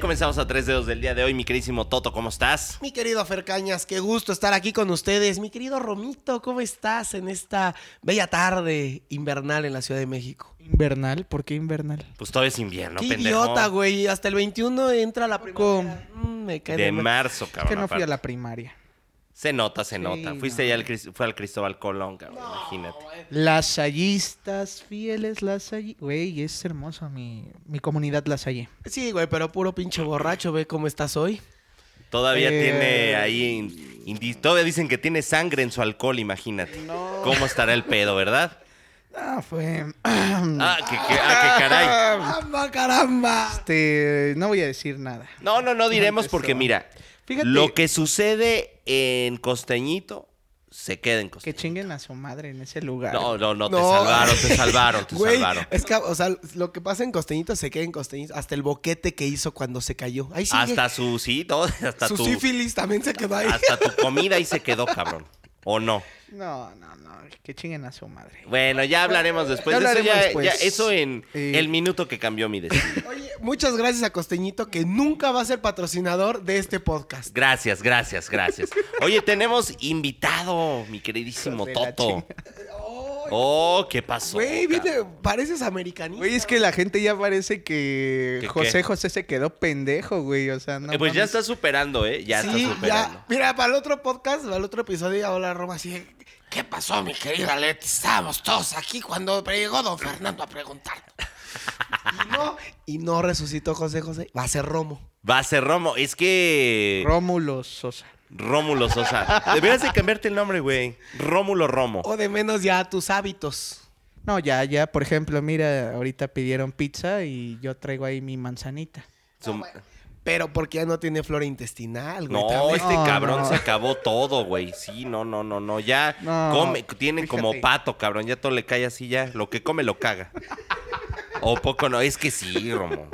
Regresamos a Tres Dedos del día de hoy, mi queridísimo Toto, ¿cómo estás? Mi querido Fercañas, qué gusto estar aquí con ustedes. Mi querido Romito, ¿cómo estás en esta bella tarde invernal en la Ciudad de México? Invernal, ¿por qué invernal? Pues todavía es invierno, qué pendejo. idiota, güey. Hasta el 21 entra la primavera. Mm, me cae De mal. marzo, Es cabrón. que no fui a aparte. la primaria. Se nota, se Sí, nota. Fuiste no. allá al, Cris- fue al Cristóbal Colón, cabrón, imagínate. Lasallistas, fieles lasallistas. Güey, es hermoso mi, mi comunidad lasalle. Sí, güey, pero puro pinche borracho, ve cómo estás hoy. Todavía Eh, tiene ahí. in- indi- Todavía dicen que tiene sangre en su alcohol, imagínate. ¿Cómo estará el pedo, verdad? Ah, fue... Mm. Ah, que, que- ah, que caray. ¡Caramba, caramba! Este, no voy a decir nada. No, no, no diremos Eso. porque mira, Fíjate- lo que sucede en Costeñito se queda en Que Costeñito. chinguen a su madre en ese lugar. No, no, no, te No. salvaron, te salvaron, te Güey, salvaron. es que, o sea, lo que pasa en Costeñito se queda en Costeñito. Hasta el boquete que hizo cuando se cayó. Ahí sigue. Hasta su, sí, no, hasta Su tu, sífilis también se quedó ahí. hasta tu comida ahí se quedó, cabrón. ¿O no? no, no, no, que chinguen a su madre. Bueno, ya hablaremos después. Ya de eso, hablaremos ya- después. ya- eso en Eh. el minuto que cambió mi destino. Oye, muchas gracias a Costeñito que nunca va a ser patrocinador de este podcast. Gracias, gracias, gracias. Oye, tenemos invitado, mi queridísimo Hijos de la Toto. Oh, ¿qué pasó? Güey, cabrón? viste, pareces americanista. Güey, es que la gente ya parece que ¿Qué, qué? José José se quedó pendejo, güey. O sea, no. Eh, pues ya mames. está superando, ¿eh? Ya Sí, está superando. ya. Mira, para el otro podcast, para el otro episodio, ya habla Roma así. de, ¿Qué pasó, mi querida Leti? Estábamos todos aquí cuando llegó don Fernando a preguntar. Y no, y no resucitó José José. Va a ser Romo. Va a ser Romo. Es que. Rómulo Sosa. Rómulo Sosa. Deberías de cambiarte el nombre, güey. Rómulo Romo. Oh, O de menos ya tus hábitos. No, ya, ya, por ejemplo, mira, ahorita pidieron pizza y yo traigo ahí mi manzanita. Su- Pero porque ya no tiene flora intestinal, güey. No, también. este No, cabrón no. se acabó todo, güey. Sí, no, no, no, no. Ya No, come, tiene fíjate. como pato, cabrón. Ya todo le cae así, ya. Lo que come lo caga. O poco no. Es que sí, Romo.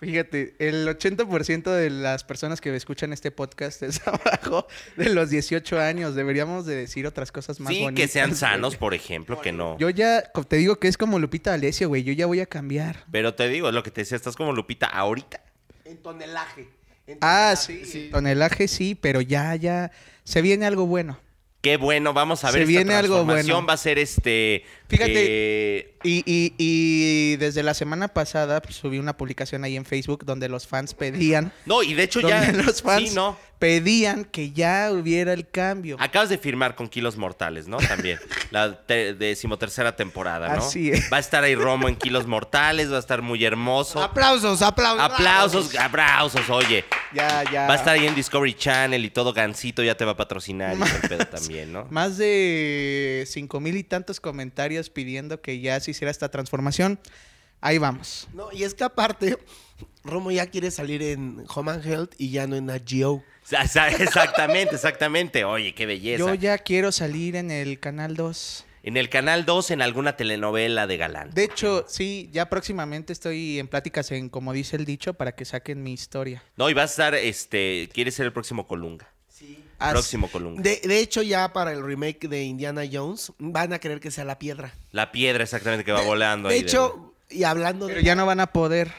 Fíjate, el 80% de las personas que escuchan este podcast es abajo de los 18 años. Deberíamos de decir otras cosas más sí, bonitas, que sean güey. sanos, por ejemplo, que no. Yo ya, co- te digo que es como Lupita D'Alessio, güey. Yo ya voy a cambiar. Pero te digo, es lo que te decía, estás como Lupita ahorita. En tonelaje. En Ah, tonelaje, sí, Tonelaje sí, pero ya, ya. Se viene algo bueno. Qué bueno, vamos a ver. Se esta viene algo transformación. bueno. Va a ser este. Fíjate. eh, Y, y, y desde la semana pasada pues, subí una publicación ahí en Facebook donde los fans pedían. No, y de hecho ya. donde los fans Sí, no. Ah, pedían que ya hubiera el cambio. Acabas de firmar con Kilos Mortales, ¿no? También. La te- decimotercera temporada, ¿no? Así es. Va a estar ahí Romo en Kilos Mortales, va a estar muy hermoso. Aplausos, aplausos. Aplausos, aplausos, oye. Ya, ya. Va a estar ahí en Discovery Channel y todo Gancito ya te va a patrocinar y todo el pedo también, ¿no? Más de cinco mil y tantos comentarios pidiendo que ya se hiciera esta transformación. Ahí vamos. No, y es que aparte, Romo ya quiere salir en Home and Health y ya no en AGO. Sa- sa- Exactamente, exactamente. Oye, qué belleza. Yo ya quiero salir en el Canal 2. En el Canal 2, en alguna telenovela de galán. De hecho, sí, ya próximamente estoy en pláticas en, como dice el dicho, para que saquen mi historia. No, y va a estar, este, quiere ser el próximo Colunga. As- próximo Colunga. De, de hecho, ya para el remake de Indiana Jones, van a querer que sea la piedra. La piedra exactamente que va volando. De ahí hecho, y hablando Pero de. ya no van a poder.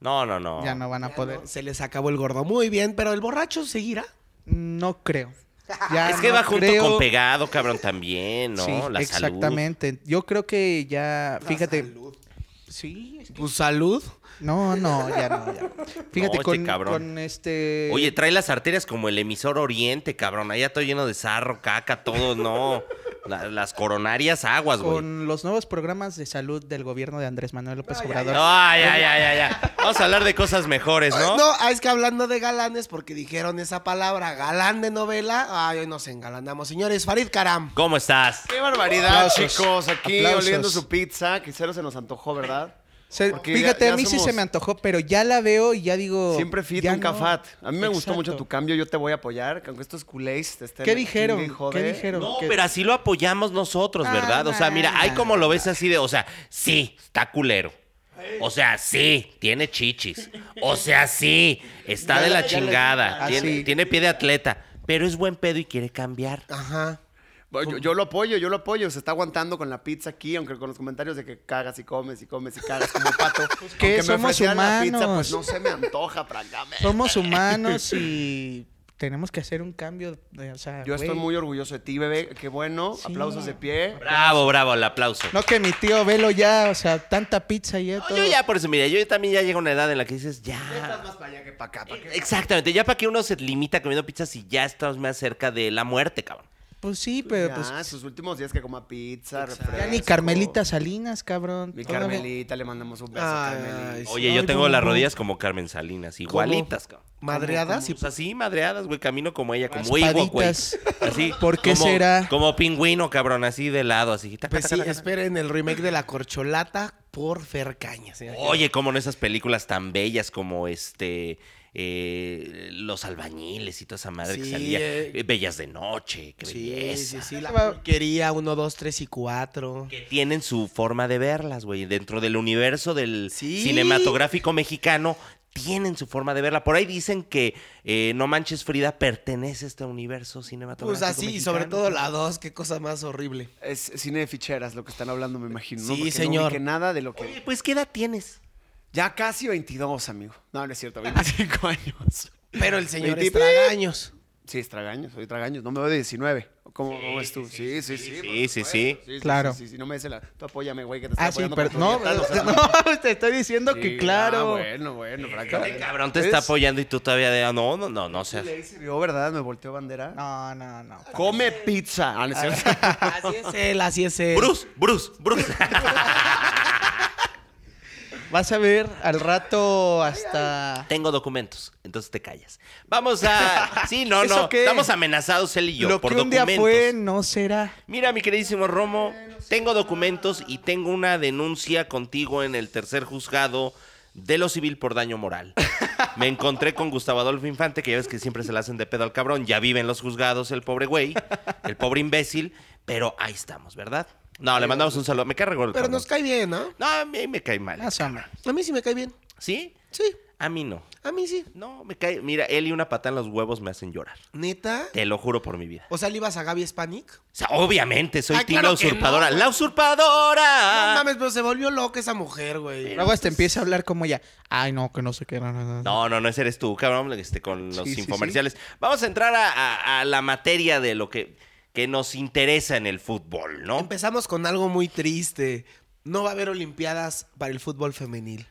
No, no, no. Ya no van a ya poder. no, se les acabó el gordo. Muy bien, pero el borracho seguirá. No creo. Ya es que no va junto creo. con pegado, cabrón, también, ¿no? Sí, la exactamente. Yo creo que ya, fíjate. Sí. es que- Tu Pues, salud. No, no, ya no. ya. Fíjate este con, cabrón. con este. salud. Oye, trae las arterias como el emisor oriente, cabrón. Allá todo lleno de sarro, caca, todo, no. La- las coronarias aguas, güey. con los nuevos programas de salud del gobierno de Andrés Manuel Ah, López Obrador. Ay, ay, ay, ay, ay. Vamos a hablar de cosas mejores, ¿No? ¿no? ah, es que hablando de galanes, porque dijeron esa palabra, galán de novela. Ay, hoy nos engalanamos. Señores, Farid Karam. ¿Cómo estás? Qué barbaridad, Aplausos. chicos. Aquí Aplausos. oliendo su pizza, que cero se nos antojó, ¿verdad? Se- Porque fíjate, ya- ya a mí sí somos- se me antojó, pero ya la veo y ya digo. Siempre fit, ya nunca no. fat. A mí me gustó mucho Exacto. tu cambio, yo te voy a apoyar, que aunque estos culés te estén ¿Qué aquí, dijeron? me jode. ¿Qué dijeron? No, Que- pero así lo apoyamos nosotros, Ah, ¿verdad? O sea, mira, nah. hay como lo ves así de, o sea, sí, está culero. O sea, sí, tiene chichis. O sea, sí, está de la chingada. Así. Ah, Tiene, tiene pie de atleta. Pero es buen pedo y quiere cambiar. Ajá. Yo, yo lo apoyo, yo lo apoyo. Se está aguantando con la pizza aquí, aunque con los comentarios de que cagas y comes y comes y cagas como pato. Pues, ¿qué? Aunque me Somos ofrecieran la pizza, pues humanos. no se me antoja, francamente. Somos humanos y tenemos que hacer un cambio. de- o sea, Yo estoy Ah, güey. muy orgulloso de ti, bebé. Qué bueno. Sí. Aplausos de pie. Bravo, bravo, el aplauso. No que mi tío velo ya, o sea, tanta pizza y ya No, todo. yo ya, por eso, mira, yo también ya llego a una edad en la que dices, ya. E más para allá que para acá. Exactamente, ya para que uno se limita comiendo pizzas y ya estás más cerca de la muerte, cabrón. Pues sí, pero pues. ya, sus últimos días que coma pizza, refresco. Ya ni Carmelita Salinas, cabrón. Mi Todavía- Carmelita, le mandamos un beso a Ay, pues, Carmelita. Oye, Ay, yo tengo bum, las bum. rodillas como Carmen Salinas, igualitas, cabrón. Madreadas Sí, y pues así, madreadas, güey, camino como ella, como Iwo, güey. Raspaditas. Así. ¿Por qué como- será? Como pingüino, cabrón, así de lado, así. taca, Pues taca, sí, taca. esperen el remake de La Corcholata por ¿eh? Fercaña. señor. Oye, como en esas películas tan bellas como este. eh, los albañiles y toda esa madre que Sí, salía. eh. Eh, Bellas de noche, qué sí, belleza. sí, sí, la porquería 1, 2, 3 y 4. Que tienen su forma de verlas, güey. Dentro del universo del Sí. cinematográfico mexicano, tienen su forma de verla. Por ahí dicen que eh, No Manches Frida pertenece a este universo cinematográfico. Pues así, y sobre mexicano. todo la 2, qué cosa más horrible. Es cine de ficheras lo que están hablando, me imagino. ¿no? Sí, Porque señor. No que nada de lo que... Oye, pues, ¿qué edad tienes? Ya casi 22, amigo. No, no es cierto, 25 años. Pero el señor Veinti- es tragaños. Sí, es tragaños, soy tragaños. No me veo de 19. ¿Cómo, cómo es tú? Sí, sí, sí. sí, por sí, sí, supuesto. sí. Claro. Sí, sí, sí, no me des la... Tú apóyame, güey, que te está Ah, sí, apoyando pero con tu no, dieta, o sea, no, te estoy diciendo sí, que ah, claro. bueno, bueno, El francamente. cabrón te está apoyando y tú todavía de... ah, No, no, no, no seas... Eh. Le hice- vio, ¿verdad? Me volteó bandera. No, no, no. Come pizza. Ah, no es cierto. Así es él, así es él. Bruce, Bruce, Bruce. Vas a ver al rato hasta. Tengo documentos, entonces te callas. Vamos a... Sí, no, ¿Eso no. qué? Estamos amenazados él y yo Lo por que un día documentos. fue no será. Mira, mi queridísimo Romo, tengo documentos y tengo una denuncia contigo en el tercer juzgado de lo civil por daño moral. Me encontré con Gustavo Adolfo Infante, que ya ves que siempre se le hacen de pedo al cabrón. Ya vive en los juzgados el pobre güey, el pobre imbécil, pero ahí estamos, ¿verdad? No, le mandamos un saludo. Me cae regol. Pero nos cae bien, ¿no? No, a mí me cae mal. Más o menos. A mí sí me cae bien. ¿Sí? Sí, A mí no. a mí sí. No, me cae... Mira, él y una patada en los huevos me hacen llorar. Neta. Te lo juro por mi vida. O sea, le ibas a Gaby Spanik. O sea, obviamente, soy Ay, Tim Ah, claro la que no, usurpadora. güey. ¡La usurpadora! No mames, pero se volvió loca esa mujer, güey. Luego hasta empieza a hablar como ya. Ay, no, que no sé qué. No, no, no. No, no, no, ese eres tú, cabrón, este, con los Sí, sí, infomerciales. Vamos a entrar a, a- a la materia de lo que, que nos interesa en el fútbol, ¿no? Empezamos con algo muy triste. No va a haber Olimpiadas para el fútbol femenil.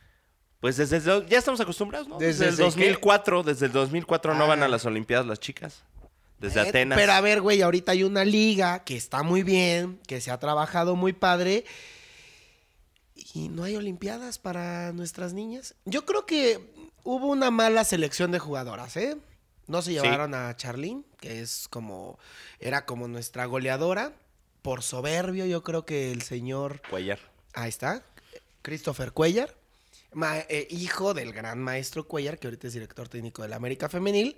Pues desde, el- ya estamos acostumbrados, ¿no? Desde, ¿Desde el qué? 2004, desde el 2004 no van Ah. a las Olimpiadas las chicas. Desde Eh, Atenas. Pero a ver, güey, ahorita hay una liga que está muy bien, que se ha trabajado muy padre. Y no hay Olimpiadas para nuestras niñas. Yo creo que hubo una mala selección de jugadoras, ¿eh? No se llevaron a Charlene, que es como. Era como nuestra goleadora. Por soberbio, yo creo que el señor. Cuellar. Ahí está. Christopher Cuellar, ma- eh, hijo del gran maestro Cuellar, que ahorita es director técnico de la América Femenil.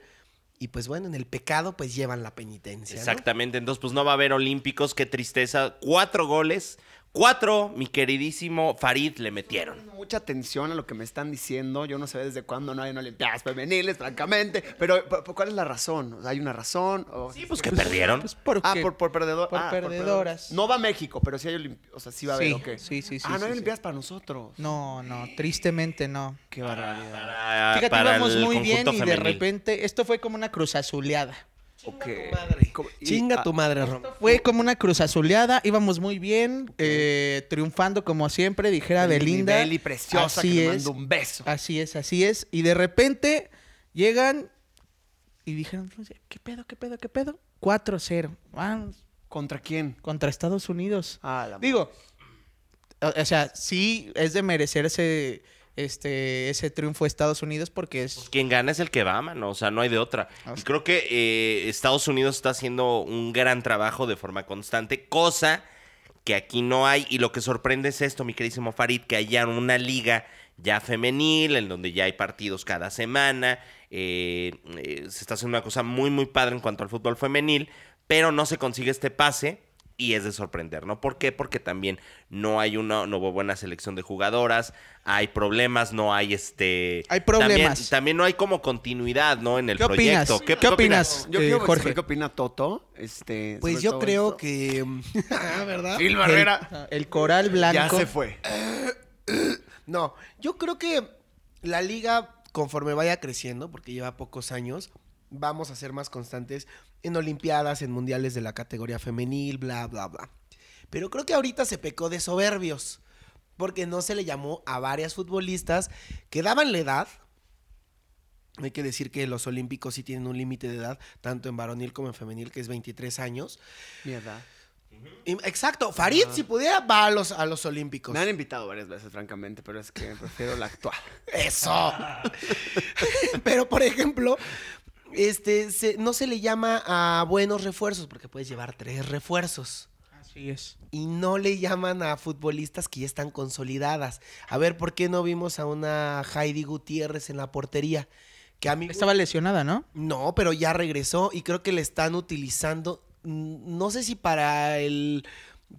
Y pues bueno, en el pecado pues llevan la penitencia. ¿no? Exactamente, entonces pues no va a haber Olímpicos, qué tristeza. Cuatro goles, cuatro, mi queridísimo Farid le metieron. Mucha atención a lo que me están diciendo. Yo no sé desde cuándo no hay una Olimpiadas femeniles, francamente. Pero, ¿cu- cu- ¿cuál es la razón? O sea, ¿Hay una razón? O- Sí, pues que perdieron. Pues porque. Ah, por, por perdedor- por ah, perdedoras. No va a México, pero sí hay Olimpiadas. O sea, sí va a haber, Sí, ¿o qué? sí, sí, sí, Ah, no sí, hay sí. Olimpiadas para nosotros. No, no, tristemente no. Qué barbaridad. Para, Fíjate, para íbamos el muy bien conjunto y de femenil. repente. Esto fue como una cruz azuleada. Ok. Co- Co- y- y- Chinga ah, tu madre, Romo. Fue como una cruz azuleada, íbamos muy bien, eh, triunfando como siempre, dijera Beli, mi Belinda. Beli preciosa, así que te es, mando un beso. Así es, así es. Y de repente llegan y dijeron, ¿qué pedo, qué pedo, qué pedo? 4-0, vamos, ¿Contra quién? contra Estados Unidos. Ah, la Digo, o, o sea, sí es de merecerse este, ese triunfo de Estados Unidos porque es... pues, Quien gana es el que va, mano. O sea, no hay de otra. Ah, Y sí. creo que eh, Estados Unidos está haciendo un gran trabajo de forma constante, cosa que aquí no hay. Y lo que sorprende es esto, mi queridísimo Farid, que haya una liga ya femenil, en donde ya hay partidos cada semana. Eh, eh, se está haciendo una cosa muy, muy padre en cuanto al fútbol femenil, pero no se consigue este pase y es de sorprender, ¿no? ¿Por qué? Porque también no hay una no hubo buena selección de jugadoras, hay problemas, no hay este Hay también- problemas. También, no hay como continuidad, ¿no? En el ¿Qué opinas? proyecto. ¿Qué opinas? Yo Eh, quiero Jorge. saber qué opina Toto. Este, Pues sobre yo todo creo esto. que. Ah, ¿Verdad? Phil El, Barrera el coral blanco. ya se fue. No, yo creo que la liga, conforme vaya creciendo, porque lleva pocos años, vamos a ser más constantes en Olimpiadas, en Mundiales de la categoría femenil, bla, bla, bla. Pero creo que ahorita se pecó de soberbios, porque no se le llamó a varias futbolistas que daban la edad. Hay que decir que los olímpicos sí tienen un límite de edad, tanto en varonil como en femenil, que es 23 años. Mierda. Y- Exacto, Farid, si pudiera, va a los, a los olímpicos. Me han invitado varias veces, francamente, pero es que prefiero la actual. Eso. Pero, por ejemplo, este, se- no se le llama a buenos refuerzos porque puedes llevar tres refuerzos. Así es. Y no le llaman a futbolistas que ya están consolidadas. A ver, ¿por qué no vimos a una Heidi Gutiérrez en la portería? Que a mí... Estaba lesionada, ¿no? No, pero ya regresó y creo que le están utilizando, mm, no sé si para el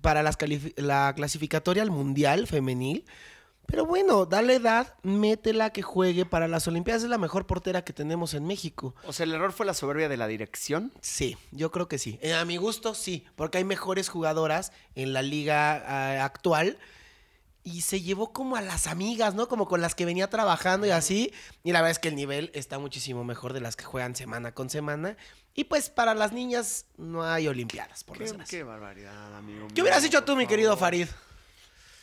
para las califi- la clasificatoria al mundial femenil, pero bueno, dale edad, métela que juegue para las Olimpiadas, es la mejor portera que tenemos en México. O sea, el error fue la soberbia de la dirección. Sí, yo creo que sí. Eh, a mi gusto, sí, porque hay mejores jugadoras en la liga ah, actual. Y se llevó como a las amigas, ¿no? Como con las que venía trabajando y así. Y la verdad es que el nivel está muchísimo mejor de las que juegan semana con semana. Y pues para las niñas no hay Olimpiadas, por Qué, desgracia. qué barbaridad, amigo. ¿Qué hubieras mío, hecho por tú, mi querido favor? Farid?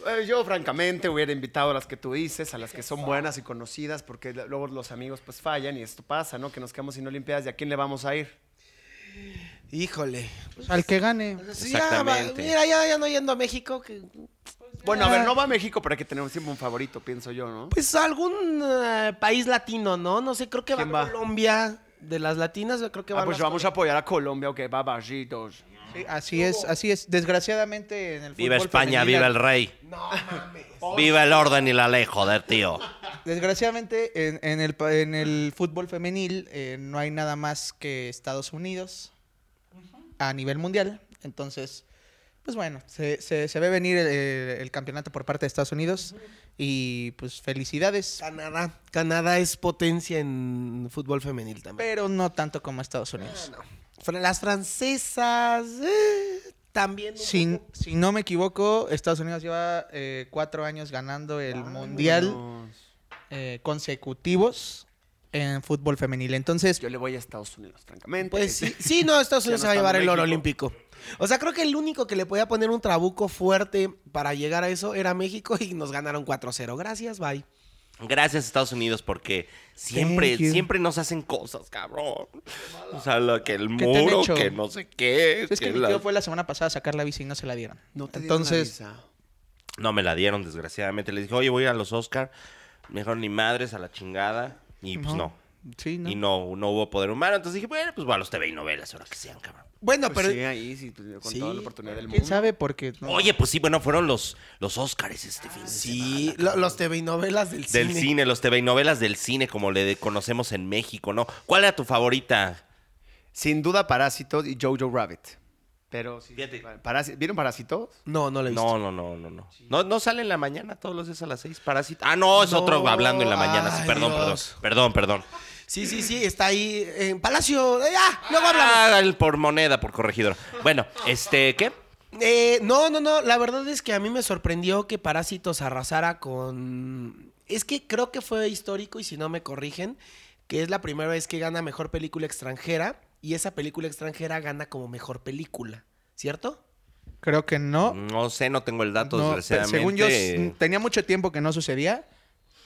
Eh, yo, francamente, hubiera invitado a las que tú dices, a las que son buenas y conocidas, porque la- luego los amigos pues fallan y esto pasa, ¿no? Que nos quedamos sin Olimpiadas y a quién le vamos a ir. Híjole. Pues, al que gane. Sí, ya va- Exactamente. mira, ya, ya no yendo a México. Que, Bueno, a ver, no va a México, pero hay que tener siempre un favorito, pienso yo, ¿no? pues algún eh, país latino, ¿no? No sé, creo que va, ¿Quién va? Colombia. De las latinas, yo creo que va Ah, pues vamos a apoyar a Colombia, ok, va barridos. Sí, así es, así es. Desgraciadamente en el Viva fútbol España, femenil, viva el rey. No mames. Viva el orden y la ley, joder, tío. Desgraciadamente en, en el, pa- en el fútbol femenil eh, no hay nada más que Estados Unidos a nivel mundial. Entonces, pues bueno, se, se- se ve venir el, el campeonato por parte de Estados Unidos y pues felicidades, Canadá. Canadá es potencia en fútbol femenil también. pero no tanto como Estados Unidos. Fra- Las francesas eh, también. un Si, poco. si no me equivoco, Estados Unidos lleva eh, cuatro años ganando el mundial Pues, eh, consecutivos en fútbol femenil. Entonces, Yo le voy a Estados Unidos, francamente. Pues sí, sí, no, Estados Ya Unidos no se va a está llevar el oro México. olímpico. O sea, creo que el único que le podía poner un trabuco fuerte para llegar a eso era México y nos ganaron 4-0. Gracias, bye. Gracias Estados Unidos porque siempre, Thank you. siempre nos hacen cosas, cabrón. O sea, lo que el ¿Qué te han muro, hecho? que no sé qué. es que que mi la- tío fue la semana pasada a sacar la visa y no se la dieron. No te dieron la Entonces, visa. No me la dieron, desgraciadamente. Le dije, oye, voy a ir a los Oscar. Me dijeron, ni madres, a la chingada. Y pues no. Sí, no. Y no, no hubo poder humano. Entonces dije, bueno, pues voy a los TV y novelas, ahora que sean, cabrón. Bueno, Pues pero sí, ahí sí, pues, con Sí, toda la oportunidad del mundo. ¿Quién sabe por qué? no? Oye, pues sí, bueno, fueron los, los Oscars este fin de sí, lo- los TV y novelas del, Del cine. cine. los TV y novelas del cine, como le de- conocemos en México, ¿no? ¿Cuál era tu favorita? Sin duda, Parásitos y Jojo Rabbit. Pero sí. Fíjate. Parasi- ¿Vieron Parásitos? No, no lo he visto. No, no, no, no, no. No, no sale en la mañana todos los días a las seis, parásito. Ah, no, es otro No, hablando en la mañana. Sí, ay, perdón, perdón, Dios. perdón, perdón. Sí, sí, sí, está ahí en Palacio. eh, ¡Ah! Luego hablamos. Ah, el por moneda, por corregidor. Bueno, este, ¿qué? Eh, no, no, no. La verdad es que a mí me sorprendió que Parásitos arrasara con. Es que creo que fue histórico, y si no me corrigen, que es la primera vez que gana mejor película extranjera. Y esa película extranjera gana como mejor película, ¿cierto? Creo que no. No sé, no tengo el dato, No, pues, desgraciadamente. según yo, s- tenía mucho tiempo que no sucedía.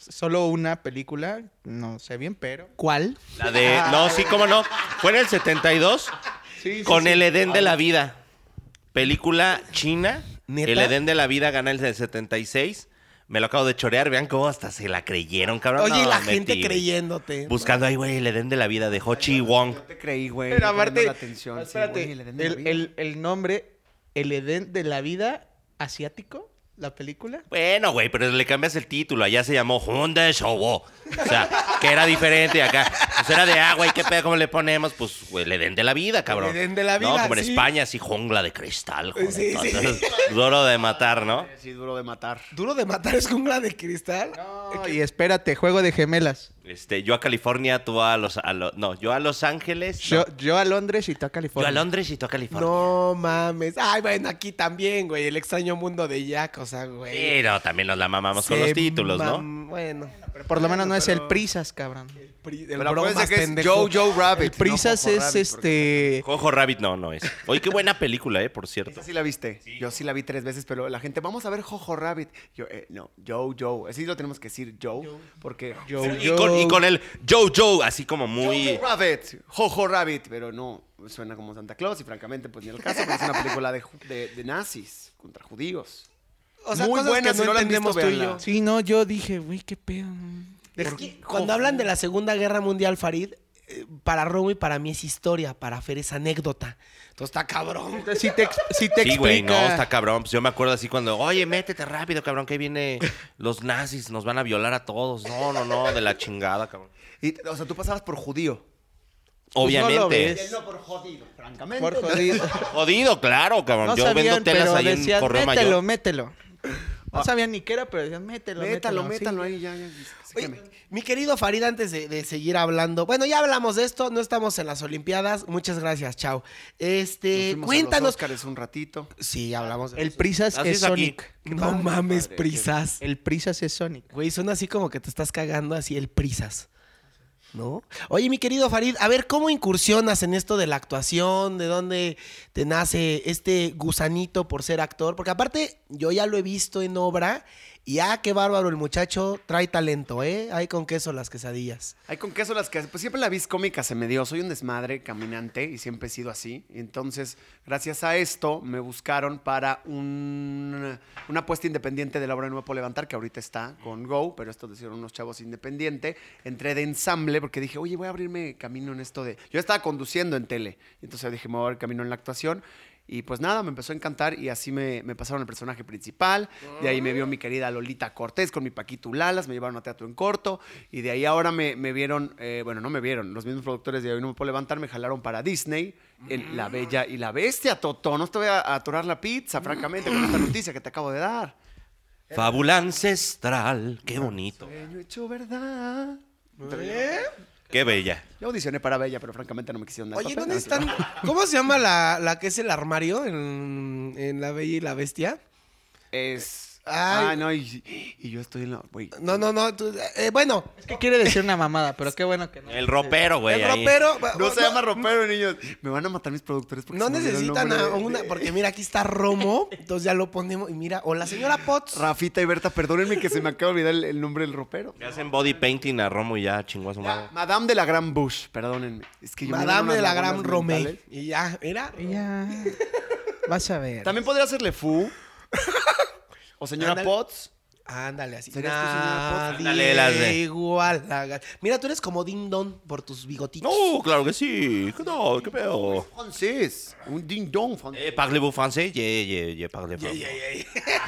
Solo una película, no sé bien, pero. ¿Cuál? La de. No, sí, cómo no. Fue en el 72 con El Edén de la Vida. Película china. ¿Neta? El Edén de la Vida gana el del 76. Me lo acabo de chorear. Vean cómo hasta se la creyeron, cabrón. Oye, y No, la me gente tires. creyéndote. Buscando ahí, güey, El Edén de la Vida de Ho Chi Wong. Te creí, güey. Pero no poniendo aparte, la atención, sí, espérate, güey, le den de la el, vida. el- el nombre, El Edén de la Vida Asiático, la película. Bueno, güey, pero le cambias el título. Allá se llamó Hyundai Shobo. O sea, que era diferente acá. Pues era de agua y qué pedo, ¿cómo le ponemos? Pues güey, le den de la vida, cabrón. Le den de la vida, No, como en sí. España, así jungla de cristal. Joder, Sí, sí. Entonces, Duro de matar, ¿no? Sí, duro de matar. Duro de matar es jungla de cristal. y espérate, juego de gemelas. Este, yo a California, tú a los, a lo- no, yo a Los Ángeles. no. Yo, yo a Londres y tú a Yo California. a Londres y tú a California. No mames. Ay, bueno, aquí también, güey. El extraño mundo de Jack, o sea, güey. Pero también nos la mamamos con Se los títulos, ¿no? mam- Bueno. Pero por lo menos no es el pero- Prisas, cabrón. El, pri- el Pero bromas, acuérdense que es pendejo. Joe Joe El Rabbit. Prisas no Jojo es Rabbit, porque- este. Jojo Rabbit, no, no es. Oye, qué buena película, ¿eh? Por cierto. Esa sí la viste. Yo sí la vi tres veces, pero la gente, vamos a ver Jojo Rabbit. Yo, eh, no, Joe Joe. Así lo tenemos que decir Joe, porque Y con, y con el Joe Joe, así como muy... Jojo Rabbit, Jojo Rabbit, pero no, suena como Santa Claus y francamente pues ni el caso, porque es una película de, ju- de- de nazis contra judíos. O sea, Muy cosas buena, que si no no la han visto, entendemos tú y véanla. yo. Sí, no, yo dije, güey, qué pedo. Es que cuando hablan de la Segunda Guerra Mundial, Farid, eh, para Romo y para mí es historia, para Fer es anécdota. Entonces está cabrón. Si te, ex- sí te Sí, explica. güey, no, está cabrón. Pues yo me acuerdo así cuando, oye, métete rápido, cabrón, que ahí viene los nazis, nos van a violar a todos. No, no, no, de la chingada, cabrón. Y, o sea, tú pasabas por judío. Pues no lo Obviamente. ves. no por jodido, francamente. Por jodido. Jodido, claro, cabrón. No yo sabían, vendo telas pero ahí en decían, Correo mételo, Mayor. mételo. No sabían ni qué era, pero decían, mételo, mételo. Métalo, sí. métalo ahí, ya, ya. Oye, sígueme. mi querido Farid, antes de, de seguir hablando, bueno, ya hablamos de esto, no estamos en las Olimpiadas, muchas gracias, chao. Nos Este, fuimos a los cuéntanos. Óscares un ratito. Sí, hablamos de El Prisas Así es, es aquí. Sonic. No mames, padre, prisas. El Prisas es Sonic. Güey, suena así como que te estás cagando así el prisas. ¿No? Oye, mi querido Farid, a ver, ¿cómo incursionas en esto de la actuación? ¿De dónde te nace este gusanito por ser actor? Porque aparte, yo ya lo he visto en obra y ah, qué bárbaro, el muchacho trae talento, ¿eh? Hay con queso las quesadillas. Hay con queso las que... Pues siempre la vis cómica se me dio. Soy un desmadre caminante y siempre he sido así. Entonces, gracias a esto, me buscaron para un- una apuesta independiente de la obra Nueva por Levantar, que ahorita está con Go, pero esto decidieron unos chavos independiente. Entré de ensamble porque dije, oye, voy a abrirme camino en esto de... Yo estaba conduciendo en tele. Entonces dije, me voy a abrir camino en la actuación. Y pues nada, me empezó a encantar y así me, me pasaron el personaje principal. De ahí me vio mi querida Lolita Cortés con mi Paquito Lalas, me llevaron a teatro en corto. Y de ahí ahora me, me vieron, eh, bueno, no me vieron, los mismos productores de Hoy No Me Puedo Levantar me jalaron para Disney en La Bella y la Bestia, Toto. No te voy a atorar la pizza, francamente, con esta noticia que te acabo de dar. Fábula ancestral, qué bonito. Sueño hecho verdad. ¿Eh? Qué bella. Yo audicioné para Bella, pero francamente no me quisieron dar Oye, papel. ¿dónde Ah, están? sí. ¿Cómo se llama la, la que es el armario en, en La Bella y la Bestia? Es... Ay. Ah, no, y, y yo estoy en la... güey. No, no, no. tú- eh, bueno, Es que quiere decir una mamada, pero qué bueno que no. El ropero, güey. el ahí. ropero. Ah, No se llama ropero, niños. Me van a matar mis productores porque No se me olvidó el necesitan a nombre de- una, de- porque mira, aquí está Romo, entonces ya lo ponemos, y mira, o la señora Potts. Rafita y Berta, perdónenme que se me acaba de olvidar el, el nombre del ropero. Le hacen body painting a Romo y ya chingó a su madre. Madame de la Gran Bush, perdónenme. Es que yo me dan Madame unas de la lagunas Gran Romé. mentales. Y ya, era. Ya. Vas a ver. También podría hacerle Fu. O señora Ándale. Potts. Ándale, así. Serías tú, señora Potts. Nadie Ándale, las de- igual. la ga- Mira, tú eres como Ding Dong por tus bigotitos. No, claro que sí. ¿Qué tal? ¿Qué pedo? Francés. Un ding dong francés. Eh, parlez-vous français? Yeah, yeah, yeah, parlez-vous. Ey, ey, ey.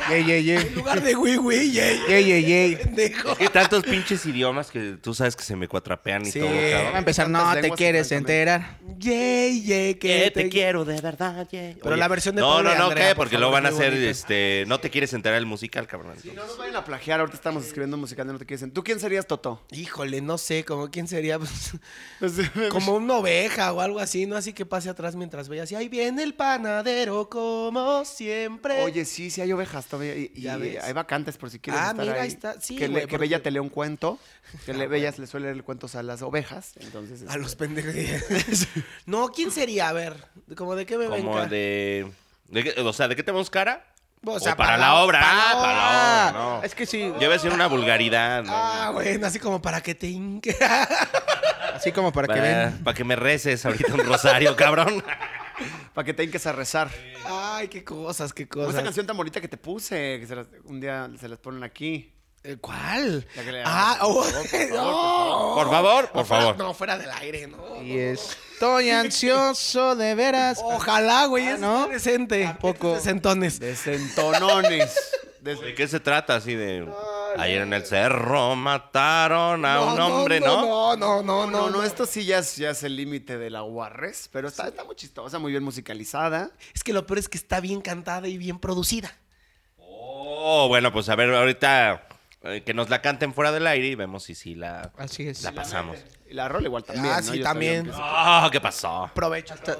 Yey, yey, En yey. lugar de güey, güey, ey, Yey, yey, yey. pendejo. Que tantos pinches idiomas que tú sabes que se me cuatrapean y Sí. todo, Va a cabrón. empezar, no Tantas te lenguas quieres que francamente- enterar. Yey, yey, que te quiero de verdad, yeah. Pero la versión de No, Pablo no, y no, Andrea, cae, por porque favor, luego van a es muy hacer bonita. este. No te quieres enterar el musical, cabrón. No nos vayan a plagiar, ahorita estamos escribiendo musical de no te quieres. ¿Tú quién serías Toto? Híjole, no sé, como quién sería. pues, Como una oveja o algo así, ¿no? Así que pase atrás mientras veas. Y ahí viene el panadero, como siempre. Oye, sí, sí hay ovejas todavía. Y, y Ya ves. hay vacantes por si quieres. Ah, estar mira, ahí. ahí está. Sí, que, le- güey, que porque- Ah, Bella te lee un cuento. Que le, Bella le suele leer cuentos a las ovejas. Entonces. A los pendejos. no, ¿quién sería? A ver, ¿como de qué me ven Como cara? de, de qué- O sea, ¿de qué tenemos cara? O O sea, para, para la la- obra. para ah, la para la Ah, obra, no. es que sí. Yo iba a decir una vulgaridad. ¿no? Ah, bueno, así como para que te hinque. Así como para que Para, vean. para que me reces ahorita un rosario, cabrón. Para este, que te hinques a rezar. Ay, qué cosas, qué Como esta cosas. canción tan bonita que te puse, que se las- un día se las ponen aquí. Eh, ¿Cuál? La que le- Ah, oh, no. Por favor, por No, fuera- favor. No, fuera del aire, ¿no? Y estoy ansioso de veras. Oh. Ojalá, güey, Ah, es ¿no? decente. ¿A poco? Estos Desentones. Desentonones. Des- ¿De qué se trata así de.? Ayer en el cerro mataron a un hombre, ¿no? No, no, no, No, no, no, esto sí ya es, ya es el límite de la Warres, pero está, está muy chistosa, muy bien musicalizada. Es que lo peor es que está bien cantada y bien producida. Oh, bueno, pues a ver, ahorita eh, que nos la canten fuera del aire y vemos si sí la, Así es. la pasamos. Y la rola igual también. Ah, ¿no? sí, Yo también. también Ah, ¿qué pasó? Provecho hasta...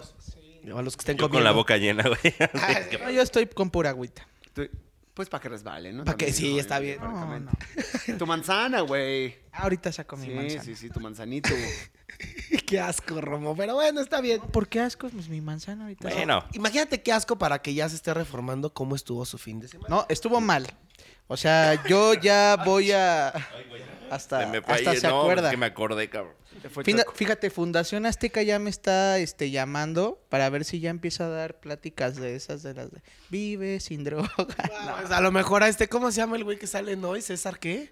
A los que estén Yo comiendo. con la boca llena, güey. Ah, sí. No, yo estoy con pura agüita. empiezo. Tú- Pues para que resbale, ¿no? Pa' que También, sí, ¿no? está bien. No, Francamente. Tu manzana, güey. Ahorita saco mi Sí, manzana. sí, sí, tu manzanito. Qué asco, Romo. Pero bueno, está bien. ¿Por qué asco? Pues mi manzana ahorita. Bueno, Imagínate qué asco para que ya se esté reformando cómo estuvo su fin de semana. No, estuvo mal. O sea, yo ya voy a. Hasta, se me fue hasta ahí, se no, acuerda. es que me acordé, cabrón. Te fue Fina- chueco. fíjate, Fundación Azteca ya me está este, llamando para ver si ya empieza a dar pláticas de esas de las de vive sin droga. No, pues, a lo mejor a este, ¿cómo se llama el güey que sale en hoy? ¿César qué?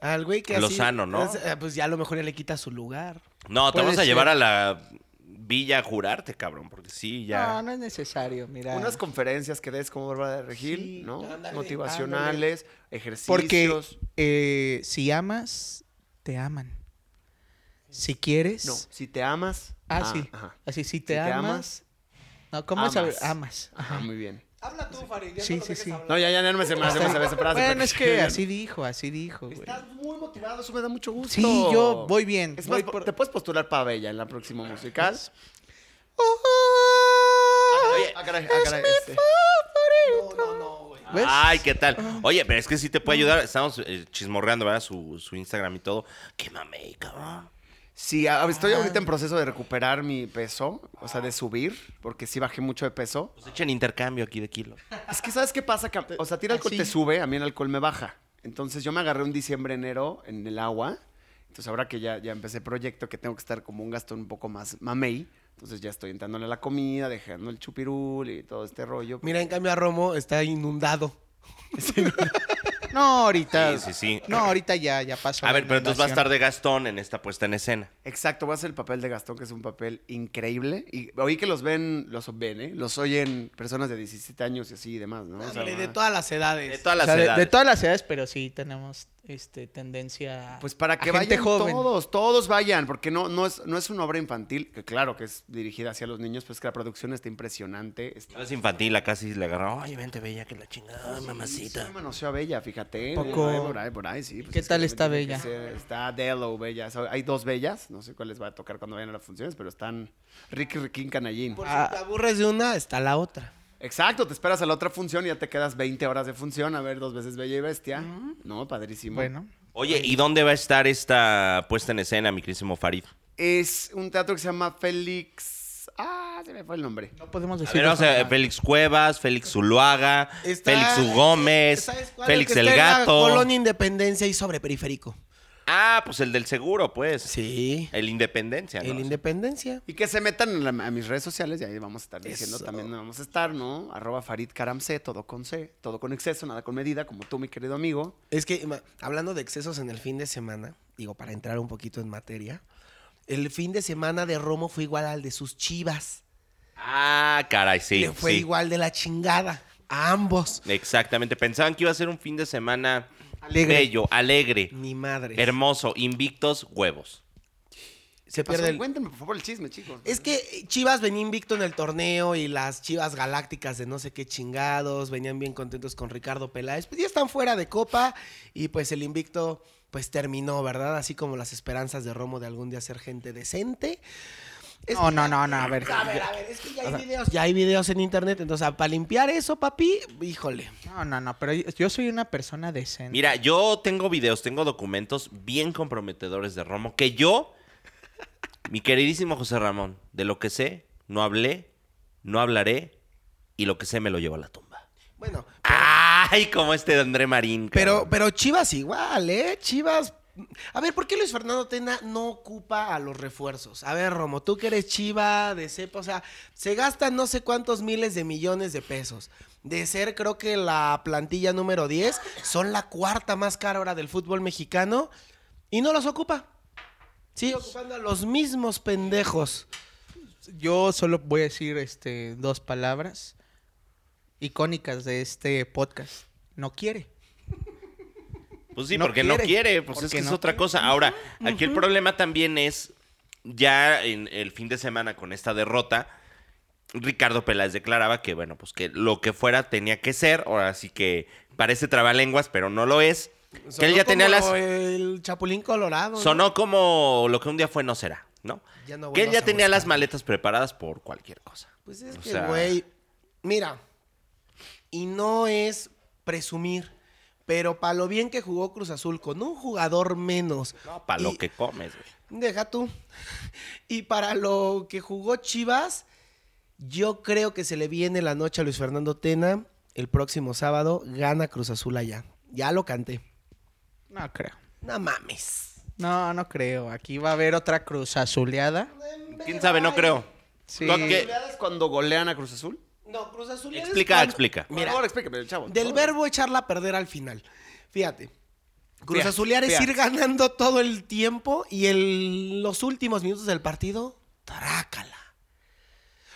Al güey que así- Lozano, ¿no? es- eh, pues ya a lo mejor ya le quita su lugar. No, te Puede vamos a ser. llevar a la villa a jurarte, cabrón, porque sí, ya. No, no es necesario, mira. Unas conferencias que des como Bárbara de Regil, Sí, ¿no? ándale, Motivacionales, ejercicios. Porque eh, si amas, te aman. Si quieres. No, si te amas. Ah, sí. ajá. Así, si te te amas. amas, No, ¿cómo es? A ver, Amas. Ah, Amas. Ajá, muy bien. Habla tú, Farid. ya Sí, no lo sí, dejes sí. hablar. No, ya, ya, ya no me se me hace me se me hace frase. Bueno, porque- es que así dijo, así dijo, güey. Estás muy motivado, eso me da mucho gusto. Sí, yo voy bien, Es voy más, por- te puedes postular para Bella en la próxima musical. ¡Oh! Oye, Ah, caray, ah, caray, este. ¿Ves? Ah. Mm. Ay, ¿qué tal? Oye, pero es que sí te puede ayudar. Estamos eh, chismorreando, ¿verdad? Su, su Instagram y todo. Qué mamey, cabrón. Sí, a- estoy ahorita Ah. en proceso de recuperar mi peso, o sea, de subir, porque sí bajé mucho de peso. Pues echen intercambio aquí de kilo. Es que, ¿sabes qué pasa? Cam? O sea, a ti el alcohol Así. te sube, a mí el alcohol me baja. Entonces, yo me agarré un diciembre, enero en el agua. Entonces, ahora que ya, ya empecé proyecto, que tengo que estar como un gastón un poco más mamey. Entonces, ya estoy entrándole a la comida, dejando el chupirul y todo este rollo. Mira, en cambio a Romo está inundado. No, ahorita. Sí, sí, sí. No, ahorita ya, ya pasó. A la ver, pero entonces va a inundación. estar de Gastón en esta puesta en escena. Exacto, voy a hacer el papel de Gastón, que es un papel increíble. Y oí que los ven, los ven, ¿eh? Los oyen personas de 17 años y así y demás, ¿no? O sea, Ándale, Ah, de todas las edades. ¿eh? De todas O las sea, de- edades. de, todas las edades, pero sí tenemos este, tendencia. Pues para a que gente vayan joven. todos, todos vayan, porque no, no, es, no es una obra infantil, que claro que es dirigida hacia los niños, pues que la producción está impresionante. Está... No es infantil, acá sí le agarró. Oye, vente, bella, que la chingada, mamacita. Sí, manoseó a Bella, fíjate. Poco. Por ahí, por ahí, por ahí, sí. pues ¿Qué es que tal también está tiene que Bella? ser- Está Delo, Bella. O sea, hay dos Bellas, no sé cuál les va a tocar cuando vayan a las funciones, pero están Ricky Riquín Canallín. Por si te aburres de una, está la otra. Exacto, te esperas a la otra función y ya te quedas 20 horas de función a ver dos veces Bella y Bestia. No, padrísimo. Bueno. Oye, ¿y dónde va a estar esta puesta en escena, mi querísimo Farid? Es un teatro que se llama Félix... Ah, se me fue el nombre. No podemos A Pues decir. ver, vamos a ver, Félix Cuevas, Félix Zuluaga, Está- Félix U. Gómez, ¿Sabes cuál? Félix que el está en la Gato. Colonia Independencia y sobre periférico. Ah, pues el del seguro, pues. Sí. El Independencia, ¿no? El Independencia. Y que se metan en la- a mis redes sociales y ahí vamos a estar diciendo Eso. también dónde vamos a estar, ¿no? Arroba Farid Karamse, todo con C, todo con exceso, nada con medida, como tú, mi querido amigo. Es que ma- hablando de excesos en el fin de semana, digo, para entrar un poquito en materia, el fin de semana de Romo fue igual al de sus chivas. Ah, caray, sí. Le fue sí. igual de la chingada a ambos. Exactamente. Pensaban que iba a ser un fin de semana Alegre. bello, alegre, Ni madre. hermoso, invictos, huevos. Se Pasó, pierde el- Cuéntenme, por favor, el chisme, chicos. Es que Chivas venía invicto en el torneo y las Chivas Galácticas de no sé qué chingados venían bien contentos con Ricardo Peláez. Pues ya están fuera de copa y pues el invicto pues terminó, ¿verdad? Así como las esperanzas de Romo de algún día ser gente decente. Es- No, no, no, no, a ver. A ver, a ver, es que ya hay videos, ya hay videos en internet, entonces para limpiar eso, papi, híjole. No, no, no, pero yo soy una persona decente. Mira, yo tengo videos, tengo documentos bien comprometedores de Romo que yo, mi queridísimo José Ramón, de lo que sé, no hablé, no hablaré y lo que sé me lo llevo a la tumba. Bueno, Ay, como este de André Marín. pero, cabrón. pero Chivas igual, ¿eh? Chivas. A ver, ¿por qué Luis Fernando Tena no ocupa a los refuerzos? A ver, Romo, tú que eres Chiva de cepa, o sea, se gastan no sé cuántos miles de millones de pesos. De ser, creo que la plantilla número 10, son la cuarta más cara ahora del fútbol mexicano y no los ocupa. Sigue ocupando a los mismos pendejos. Yo solo voy a decir este, dos palabras icónicas de este podcast. No quiere. Pues Pues sí, No porque no quiere. quiere, pues es Porque que es no otra cosa. Ahora, aquí el problema también es, ya en el fin de semana con esta derrota, Ricardo Peláez declaraba que, bueno, pues que lo que fuera tenía que ser, ahora sí que parece trabalenguas, pero no lo es. que él Sonó ya tenía como las... El Chapulín Colorado. ¿no? Sonó como lo que un día fue no será, ¿no? Ya no que él vuelvas ya a tenía las buscar. maletas preparadas por cualquier cosa. Pues es O que, sea- güey, mira, y no es presumir, pero para lo bien que jugó Cruz Azul con un jugador menos. Para lo y- que comes, güey. Deja tú. Y para lo que jugó Chivas, yo creo que se le viene la noche a Luis Fernando Tena. El próximo sábado gana Cruz Azul allá. Ya lo canté. No creo. No mames. No, no creo. Aquí va a haber otra cruz azuleada. ¿Quién sabe? No creo. Sí. Con que- ¿Goleadas cuando golean a Cruz Azul? No, Cruz Azul es Explica, cuando- explica. Por Mira, favor, explícame, chavo. Del verbo echarla a perder al final. Fíjate. Cruz Fíjate, Azulear es fíjate. ir ganando todo el tiempo y en los últimos minutos del partido, trácala.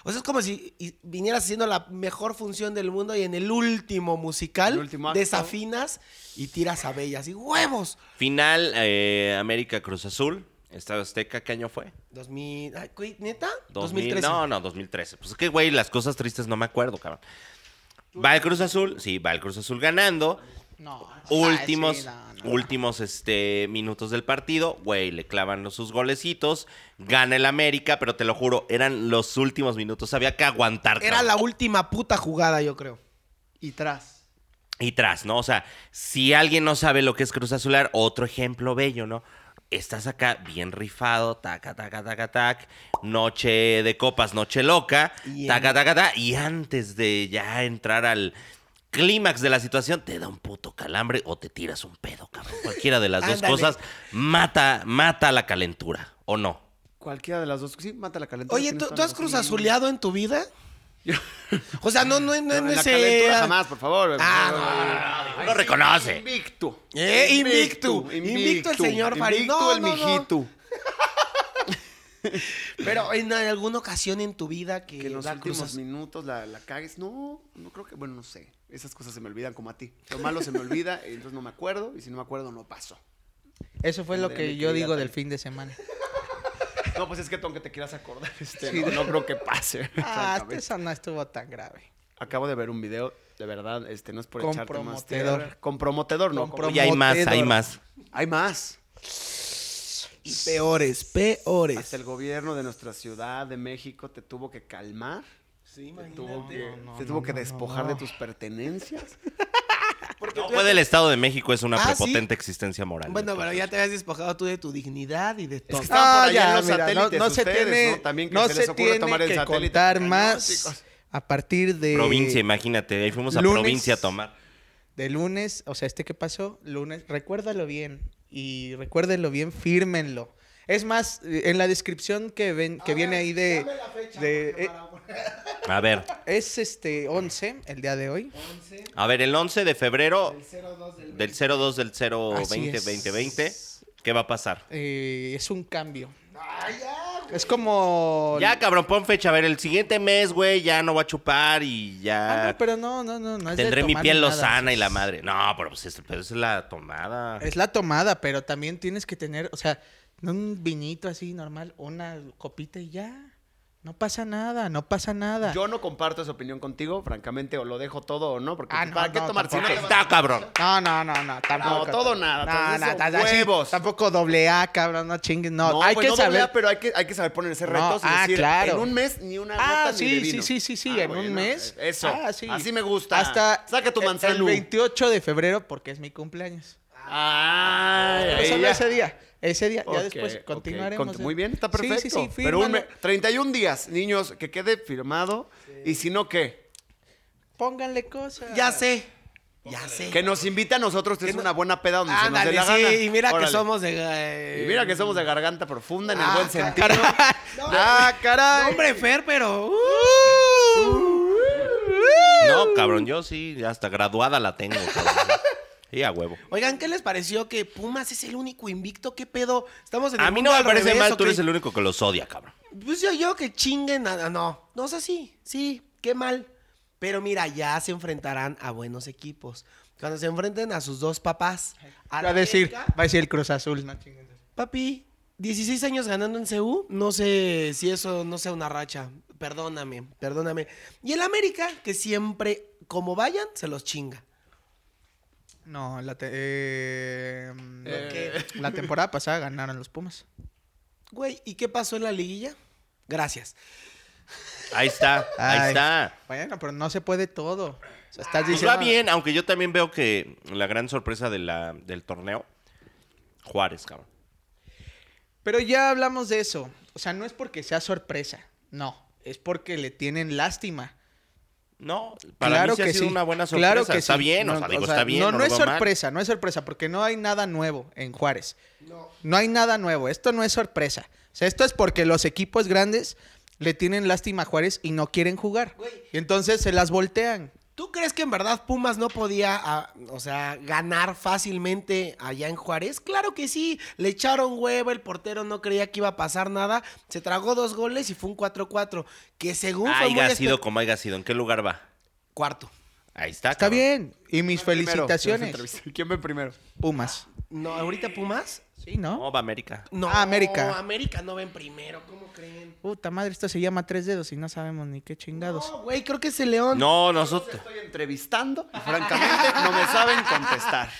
O sea, es como si y- vinieras haciendo la mejor función del mundo y en el último musical El último acto. desafinas y tiras a Bellas. ¡Y huevos! Final eh, América Cruz Azul, Estado Azteca, ¿qué año fue? 2000, ay, güey, ¿Neta? 2000, No, no, 2013. Pues es que, güey, las cosas tristes no me acuerdo, cabrón. Va el Cruz Azul, sí, va el Cruz Azul ganando. No. Últimos, Ay, Ah, sí, no, no. últimos este, minutos del partido, güey, le clavan los- sus golecitos, gana el América, pero te lo juro, eran los últimos minutos, había que aguantar. Era cabrón. la última puta jugada, yo creo. Y tras. y tras, ¿no? O sea, si alguien no sabe lo que es Cruz Azular, otro ejemplo bello, ¿no? Estás acá bien rifado, taca, taca, taca, tac, noche de copas, noche loca, Y en- taca, taca, taca, y antes de ya entrar al clímax de la situación, te da un puto calambre o te tiras un pedo, cabrón. Cualquiera de las dos Ándale. cosas mata, mata la calentura, ¿o no? Cualquiera de las dos. Sí, mata la calentura. Oye, tienes ¿tú, toda tú la has razón. cruz azuleado en tu vida? O sea, no, no, eh, no, No, en la ese- calentura jamás, por favor. Ah, No, no, no, no, no. Uno reconoce. Invicto. Eh, invicto. Invicto el señor Farid. Invicto No, el no, no. mijito. Pero en alguna ocasión en tu vida que, Que en los la últimos cruzas- minutos la, la cagues. No, no creo que. Bueno, no sé. Esas cosas se me olvidan como a ti. Lo malo se me olvida, y entonces no me acuerdo. Y si no me acuerdo, no pasó. Eso fue lo Ándale, que mi yo querida digo del Tania. fin de semana. No, pues es que tú, aunque te quieras acordar, este, no, no creo que pase. Ah, francamente. esa no estuvo tan grave. Acabo de ver un video, de verdad, este, no es por Con echarte más promotedor. tierra. Con promotedor, no. Con con- Y hay más, hay más. Hay más. Y peores, peores. Hasta el gobierno de nuestra ciudad de México te tuvo que calmar. Sí, Te imagínate. tuvo que, te tuvo que despojar de tus pertenencias. No fue del Estado de México, es una Ah, ¿sí? prepotente existencia moral. Bueno, pero Entonces, ya te habías despojado tú de tu dignidad y de todo. que estaban por allá en los no- satélites no, se ustedes, tiene, ¿no? También que no se se, les ocurre tiene tomar el que satélite. contar Cañón, más chicos. a partir de Provincia, imagínate, ahí fuimos a lunes. provincia a tomar. de lunes, o sea, este que pasó, lunes, recuérdalo bien y recuérdenlo bien, fírmenlo. Es más, eh, en la descripción que ven, que viene ahí de, de- eh, A ver. es este 11 el día de hoy. A ver, el 11 de febrero del 02 del 020 Así es. 2020, ¿qué va a pasar? Eh, es un cambio. Es como Ya, cabrón, pon fecha. A ver, el siguiente mes, güey, ya no va a chupar y Ah, ya no, pero no, no, no, no es de tendré mi tomar piel ni nada. lozana y la madre. No, pero pues es, pero es la tomada. Es la tomada, pero también tienes que tener, o sea, un vinito así normal, una copita y ya. No pasa nada, no pasa nada. Yo no comparto esa opinión contigo, francamente, o lo dejo todo o no, porque Ah, pues, no, ¿para qué no, tomar? Si no tampoco. te vas- Está, cabrón. No, no, no, no, tampoco. No, todo nada, todo eso, ta- así, huevos. Tampoco doble A, cabrón, no chingues. No, No, hay pues, que no doble saber. A, pero hay que, hay que saber ponerse No, retos y ah, decir, claro. en un mes ni una Ah, gota ni de sí, sí, vino. sí, sí, sí, Ah, en un bueno, mes. Eso, Ah, sí. así me gusta. Hasta Saca tu el- manzalú. El 28 de febrero, porque es mi cumpleaños. Ay, ahí Solo ya. ese día, ese día, Ok, Pues, ya después ok. continuaremos. Con- eh. Muy bien, está perfecto. Sí, sí, sí, Pero un me- fírmalo. 31 días, niños, que quede firmado. Y si no, ¿qué? Pónganle cosas. Ya sé. Ya sé. Que nos invite a nosotros, es una buena peda donde se Ándale, nos dé la gana. sí. Y mira Órale. que somos de. Y mira que somos de garganta profunda en el Ah, buen sentido. Ah, No, caray. eh, hombre, Fer, pero. uh, No, cabrón, yo sí, hasta graduada la tengo, cabrón. Y a huevo. Oigan, ¿qué les pareció que Pumas es el único invicto? ¿Qué pedo? Estamos en el A mí mundo no me al parece revés, mal, ¿o tú qué? eres el único que los odia, cabrón. Pues yo, yo que chinguen nada, no. No sé, sí, sí, qué mal. Pero mira, ya se enfrentarán a buenos equipos. Cuando se enfrenten a sus dos papás. Va a decir, América, va a decir el Cruz Azul, no chinguen. Papi, 16 años ganando en CU, no sé si eso no sea una racha. Perdóname, perdóname. Y el América, que siempre, como vayan, se los chinga. No, la, te- eh, Eh. la temporada pasada ganaron los Pumas. Güey, ¿y qué pasó en la liguilla? Gracias. Ahí está, ahí Ay. está. Bueno, pero no se puede todo. O sea, estás Pues diciendo. va bien, aunque yo también veo que la gran sorpresa de la- del torneo, Juárez, cabrón. Pero ya hablamos de eso. O sea, no es porque sea sorpresa. No. Es porque le tienen lástima. No, para mí sí ha sido una buena sorpresa. Claro que está sí. bien, o No, sea, digo, o sea, está bien. No, no lo es veo mal. sorpresa, no es sorpresa, porque no hay nada nuevo en Juárez. No. hay nada nuevo. Esto no es sorpresa. O sea, esto es porque los equipos grandes le tienen lástima a Juárez y no quieren jugar. Güey. Y entonces se las voltean. ¿Tú crees que en verdad Pumas no podía, ah, o sea, ganar fácilmente allá en Juárez? Claro que sí, le echaron huevo, el portero no creía que iba a pasar nada, se tragó dos goles y fue un 4-4, que según fue muy Haiga sido espe- como haya sido, ¿en qué lugar va? cuarto. Ahí está. Está Ah, cabrón. bien. Y mis Primero, felicitaciones. las entrevistas. ¿Quién ve primero? Pumas. No, ahorita Pumas? Sí, ¿no? No, va América. No, Ah, América. América no ven primero, ¿cómo creen? Puta madre, esto se llama tres dedos y no sabemos ni qué chingados. No, güey, creo que es el León. No, No, nosotros. Estoy entrevistando y francamente no me saben contestar.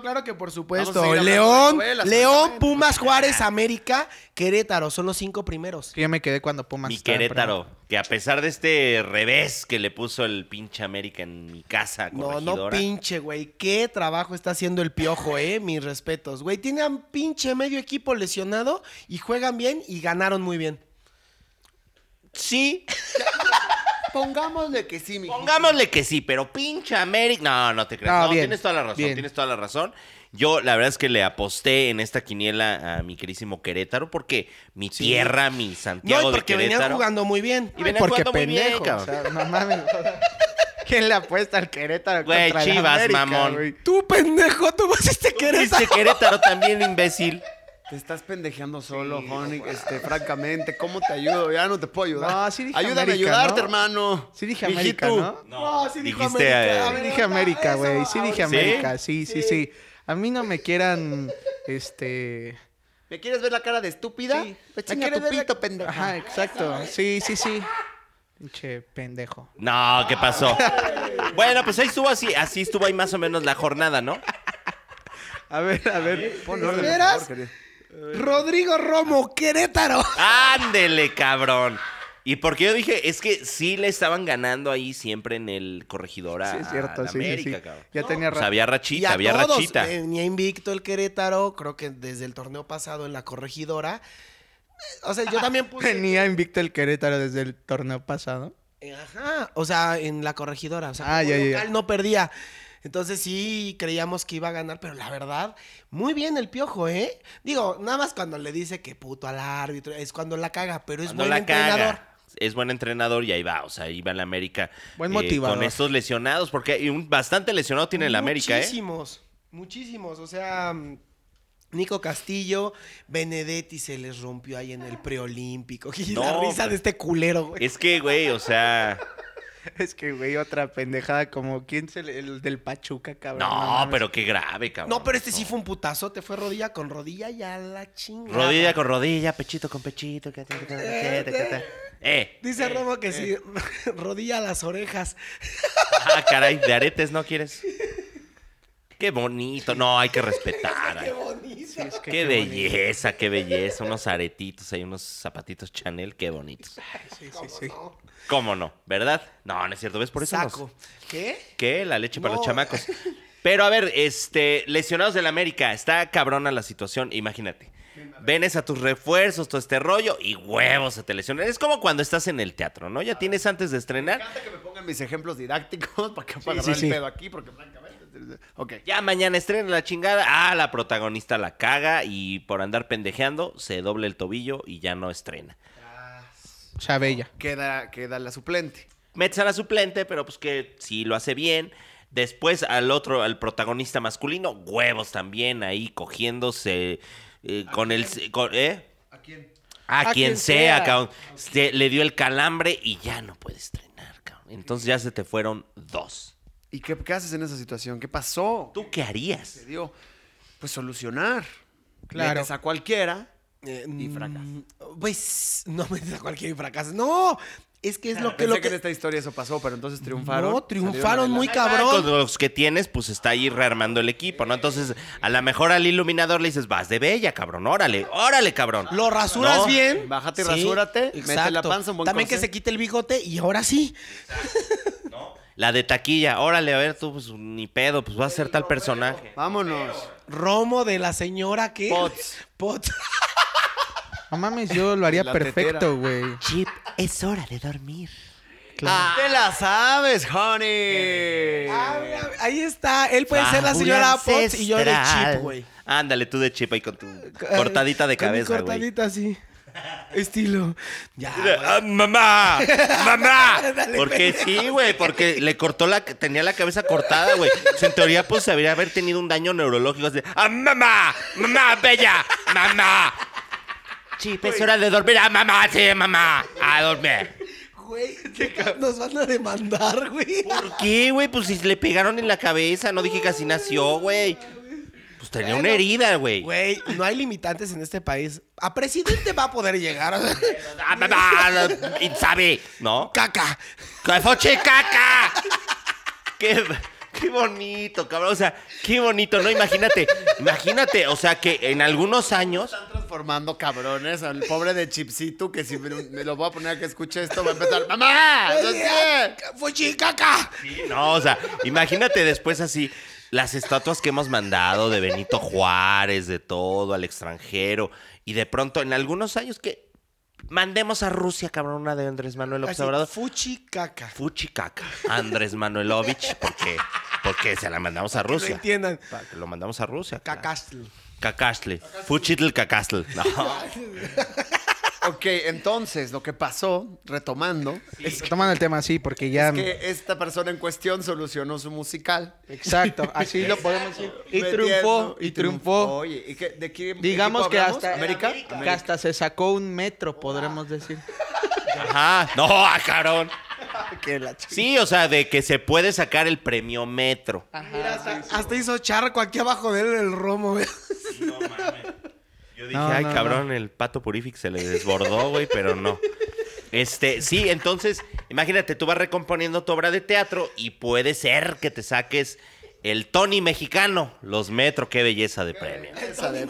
claro que por Vamos a supuesto. seguir hablando de León, novelas, León, francamente. Pumas, Juárez, América, Querétaro, son los cinco primeros. Que yo me quedé cuando Pumas. Mi estaba en Querétaro, que a pesar de este revés que le puso el pinche América en mi casa, No, no corregidora, pinche, güey. Qué trabajo está haciendo el piojo, eh. Mis respetos, güey. Tienen un pinche medio equipo lesionado y juegan bien y ganaron muy bien. Sí, Pongámosle que sí, mi pongámosle que sí, pero pinche América. No, no te creas. No, No, Ah, bien, tienes toda la razón, bien. tienes toda la razón. Yo, la verdad es que le aposté en esta quiniela a mi querísimo Querétaro, porque mi tierra, mi No, Santiago y porque de venían Querétaro. jugando muy bien. Y venían porque jugando muy bien, pendejo. o cabrón. sea, no mames. o sea, ¿Quién le apuesta al Querétaro? Güey, contra el Chivas, América, mamón. güey? Tú, pendejo, tú vas a este Dice Querétaro. Querétaro también, imbécil. Te estás pendejeando solo, Johnny. Este, francamente, ¿cómo te ayudo? Ya no te puedo ayudar. No, sí dije Ayúdame América, a ayudarte, ¿no? hermano. Sí dije Mijito. América, ¿no? No, sí dijo dijiste, América. eh, A ver, Dije América, güey. Sí dije ¿Sí? América. Sí, sí, sí. A mí no me quieran, este... ¿Me quieres ver la cara de estúpida? Sí. Pues ¿Me chinga quieres tu ver la- pito, pendejo. Ajá, exacto. Sí, sí, sí. Pinche pendejo. No, ¿qué pasó? Bueno, pues ahí estuvo así, así estuvo ahí más o menos la jornada, ¿no? A ver, a ver. Pon orden, por ¿Veras? favor, querido. Rodrigo Romo, Querétaro. Ándele, cabrón. Y porque yo dije, es que sí le estaban ganando ahí siempre en el corregidora. Sí, es cierto, a la sí, sí, sí. América, cabrón. Ya tenía O sea, razón. había Y rachita, a había todos, rachita. venía invicto el Querétaro, creo que desde el torneo pasado en la corregidora. Eh, O sea, yo también puse. Venía invicto el Querétaro desde el torneo pasado. Eh, Ajá, o sea, en la corregidora. O sea, Ah, como ya, ya, local ya. no perdía. Entonces sí creíamos que iba a ganar, pero la verdad, muy bien el piojo, ¿eh? Digo, nada más cuando le dice que puto al árbitro, es cuando la caga, pero es Cuando buen la entrenador. caga. Es buen entrenador y ahí va, o sea, ahí va el América. eh, Buen motivador. Con estos lesionados, porque hay un bastante lesionado tiene el América, ¿eh? Muchísimos, muchísimos. O sea, mm, Nico Castillo, Benedetti se les rompió ahí en el preolímpico. Y la No, risa pues. de este culero, güey. Es que, güey, o sea. Es que, güey, otra pendejada como... ¿Quién se le- el del Pachuca, No, cabrón? mames. pero qué grave, cabrón. No, pero este sí fue un putazo. Te fue rodilla con rodilla y a la chingada. Rodilla con rodilla, pechito con pechito. que- que- que- que- que- que- Eh. Dice Romo que sí, rodilla a las orejas. Ah, caray, de aretes no quieres. Qué bonito. No, hay que respetar. ay. Qué bonito. Sí, es que Qué, bonito. belleza, qué belleza. Unos aretitos, hay unos zapatitos Chanel, qué bonitos. Sí, sí, sí. ¿Cómo no? ¿Verdad? No, no es cierto. ¿Ves por eso? Saco. nos- ¿Qué? ¿Qué? La leche para No. los chamacos. Pero a ver, este, lesionados del América, está cabrona la situación, imagínate. Venes a tus refuerzos, todo este rollo, y huevos se te lesionan. Es como cuando estás en el teatro, ¿no? Ya tienes antes de Me estrenar. encanta que me pongan mis ejemplos didácticos para que sí, pueda agarrar sí. el pedo aquí, porque francamente. Ok. Ya mañana estrena la chingada. Ah, la protagonista la caga y por andar pendejeando se doble el tobillo y ya no estrena. Chabella. Queda, queda la suplente. Metes a la suplente, pero pues que sí lo hace bien. Después al otro, al protagonista masculino, huevos también ahí cogiéndose eh, con el... con- ¿eh? ¿A quién? A, A quien quien sea, sea. cabrón. Se- le dio el calambre y ya no puede estrenar, cabrón. Entonces ya se te fueron dos. ¿Y qué, qué haces en esa situación? ¿Qué pasó? ¿Tú qué harías? Te dio, pues solucionar. Claro. Metes a cualquiera. Eh, Y fracasa. mm, Pues no me a cualquier y fracasa. No, es que es lo que, Ah, Pensé lo que... en que esta historia eso pasó, pero entonces triunfaron. No, triunfaron salieron muy adelante. Con cabrón. los que tienes, pues está ahí rearmando el equipo, ¿no? Entonces, a lo mejor al iluminador le dices, vas de bella, cabrón, órale, órale, cabrón. Lo rasuras este No, bien. bájate y rasúrate, mete la exacto. panza, un buen También que corsé. se quite el bigote y ahora sí. La de taquilla, órale, a ver, tú, pues ni pedo, pues vas a ser tal personaje. Vámonos. Romo de la señora que. Potts. Potts. No mames, yo lo haría La tetera. perfecto, güey. Chip, es hora de dormir. Ah, Te la sabes, honey. Ah, mira, ahí está. Él puede ser la señora Fábula Potts y yo de Ah, ancestral. chip, güey. Ándale, tú de chip ahí con tu cortadita de Con mi cabeza, güey. Cortadita así. Estilo. Ya. güey. Ah, mamá, mamá. Dale, Porque sí, güey, porque le cortó la, tenía la cabeza cortada, güey. Entonces, En teoría, pues, se habría haber tenido un daño neurológico. Así, de, ah, mamá, mamá, bella, mamá. Chip, es hora de dormir. Ah, mamá, sí, mamá, a dormir. Güey, nos van a demandar, güey. ¿Por qué, güey? Pues si le pegaron en la cabeza, no dije que así nació, güey. Pues tenía una Bueno, herida, güey. Güey, no hay limitantes en este país. A presidente va a poder llegar. o sea, Ah, mamá, y sabe, ¿no? Caca. ¡Foche caca! qué, qué bonito, cabrón. O sea, qué bonito, ¿no? Imagínate, imagínate, o sea, que en algunos años. Están transformando cabrones al pobre de Chipsito que si me, me lo voy a poner a que escuche esto va a empezar ¡Mamá! ¡No sé! Fuchi, caca. No, o sea, imagínate después así. Las estatuas que hemos mandado de Benito Juárez, de todo, al extranjero. Y de pronto, en algunos años que mandemos a Rusia, cabrón, una de Andrés Manuel López Así, Obrador. Fuchi, caca. Fuchi caca. Andrés Manuelovich, porque, porque se la mandamos a Que lo Rusia. entiendan. Para que lo mandamos a Rusia. claro. Cacastl. Cacastle. Fuchitl Cacastle. No. Ok, entonces lo que pasó, retomando, Es- Tomando el tema así, porque ya. es que esta persona en cuestión solucionó su musical. Exacto, así lo podemos decir. Y Metiendo- triunfó, y triunfó. Oye, ¿y qué- ¿de qué Digamos equipo que hablamos? hasta. ¿América? Que hasta se sacó un metro, podremos decir. Ajá. No, ah, cabrón. Que la ch- Sí, o sea, de que se puede sacar el premio Metro. Mira, hasta, hasta hizo charco aquí abajo de él el romo, güey. Yo dije, No, ay, no, cabrón, el pato purific se le desbordó, güey, pero no. Este, sí, entonces, imagínate, tú vas recomponiendo tu obra de teatro y puede ser que te saques el Tony mexicano, los Metro, qué belleza de premio. Esa de-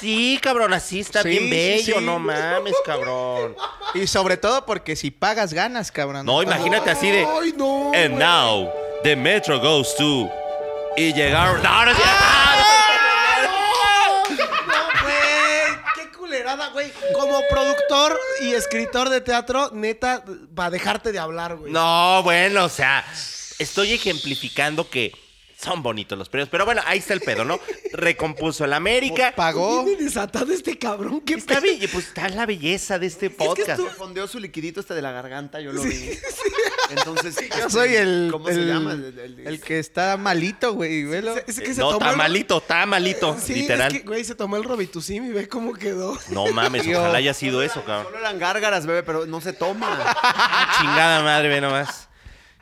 Sí, cabrón, así está Sí, bien sí, bello, sí. no mames, cabrón. Y sobre todo porque si pagas, ganas, cabrón. No, imagínate así de. Ay, no, And güey. now, the metro goes to. Y llegaron. No, no, sí. No, güey. Qué culerada, güey. Como productor y escritor de teatro, neta, va a dejarte de hablar, güey. No, bueno, o sea, estoy ejemplificando que son bonitos los premios. Pero bueno, ahí está el pedo, ¿no? Recompuso el América. Pagó. Viene desatado este cabrón. Qué Está pedo. belle- pues está la belleza de este podcast. Se fondeó su liquidito este de la garganta, yo lo vi. Entonces, este, Yo soy el. ¿Cómo se el- llama? El- el- el que está malito, güey. velo. Es que se no, tomó está el- malito, está malito, Sí, literal. es que, güey, se tomó el Robitussin y ve cómo quedó. No mames, Yo- ojalá haya sido eso, cabrón. Solo eran gárgaras, bebé, pero no se toma. Ah, chingada madre, ve nomás.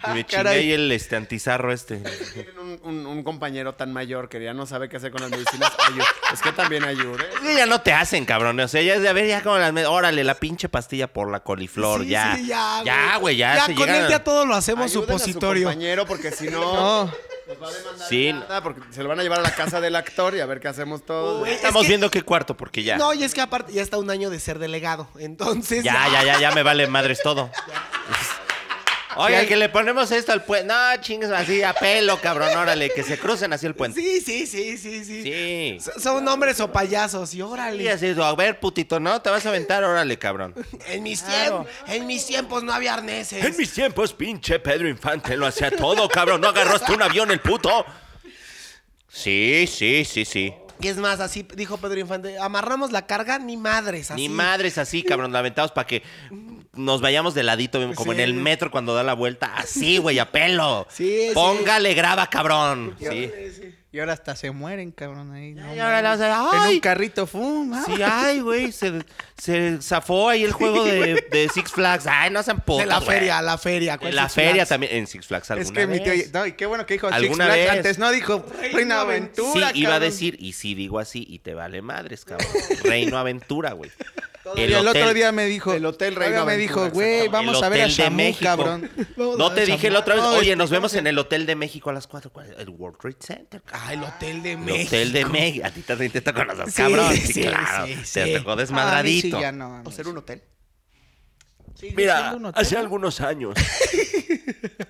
Ah, Y me chingué caray. ahí el este, antizarro este. Tienen un, un- un compañero tan mayor que ya no sabe qué hacer con las medicinas. Ayu- es que también ayude. Es que ya no te hacen, cabrón. O sea, ya es de a ver, ya como las. me- Órale, la pinche pastilla por la coliflor, Sí, ya. sí, ya. güey. güey, ya, se con llegan él a- ya todo lo hacemos Ayuden a su supositorio. compañero porque si no, No. nos va a demandar Sí. nada, porque se lo van a llevar a la casa del actor y a ver qué hacemos todos. Uy, Estamos Es que- viendo qué cuarto, porque ya. No, y es que aparte ya está un año de ser delegado. Entonces. ya, ya, ya, ya me vale madres todo. Oiga, que le ponemos esto al puente. No, chingues, así a pelo, cabrón. Órale, que se crucen así el puente. Sí, sí, sí, sí, sí. pues. Sí. So- Son hombres o payasos. Y órale. Y así, a ver, putito, ¿no? Te vas a aventar, órale, cabrón. En mis tiempos, en mis tiempos no había arneses. En mis tiempos, pinche Pedro Infante lo hacía todo, cabrón. No agarraste un avión, el puto. Sí, sí, sí, sí. Y es más, así dijo Pedro Infante, amarramos la carga ni madres. Así. Ni madres así, cabrón, lamentados para que nos vayamos de ladito, como en Sí. el metro cuando da la vuelta. Así, güey, a pelo. Sí, sí. Póngale grava, cabrón. Sí. Y Y ahora hasta se mueren, cabrón, ahí. no Y ahora le vas a mames. decir, En ¡ay! un carrito, fum. ah. Sí, ay, güey, se, se zafó ahí el juego de, de Six Flags. Ay, no sean putos, De la güey. feria, la feria. En ¿cuál la Six feria Flags? también, en Six ah, Flags alguna Es que mi tío... vez. No, y qué bueno que dijo Six Alguna Flags vez. antes. No, dijo Reina Aventura, Sí, iba a cabrón. decir, y sí digo así, y te vale madres, cabrón. Reino Aventura, güey. Y el, otro día me dijo... El Hotel Reina todavía me Aventura, dijo, güey, El vamos a ver a Hotel de Shamu, México. cabrón. Vamos a No ver te a dije Shamu. la otra vez, No, este oye, es- nos vemos en el Hotel de México a las 4. El World Trade Center, cabrón. Ah, el hotel de El México. Hotel de México. A ti también te tocó las dos, Sí, cabrón. Sí, sí, claro. sí, te sí. tocó Ah, a mí sí desmadradito. ya no, a mí ¿O ser sí. un hotel? Sigue Mira, siendo un hotel. hace algunos años.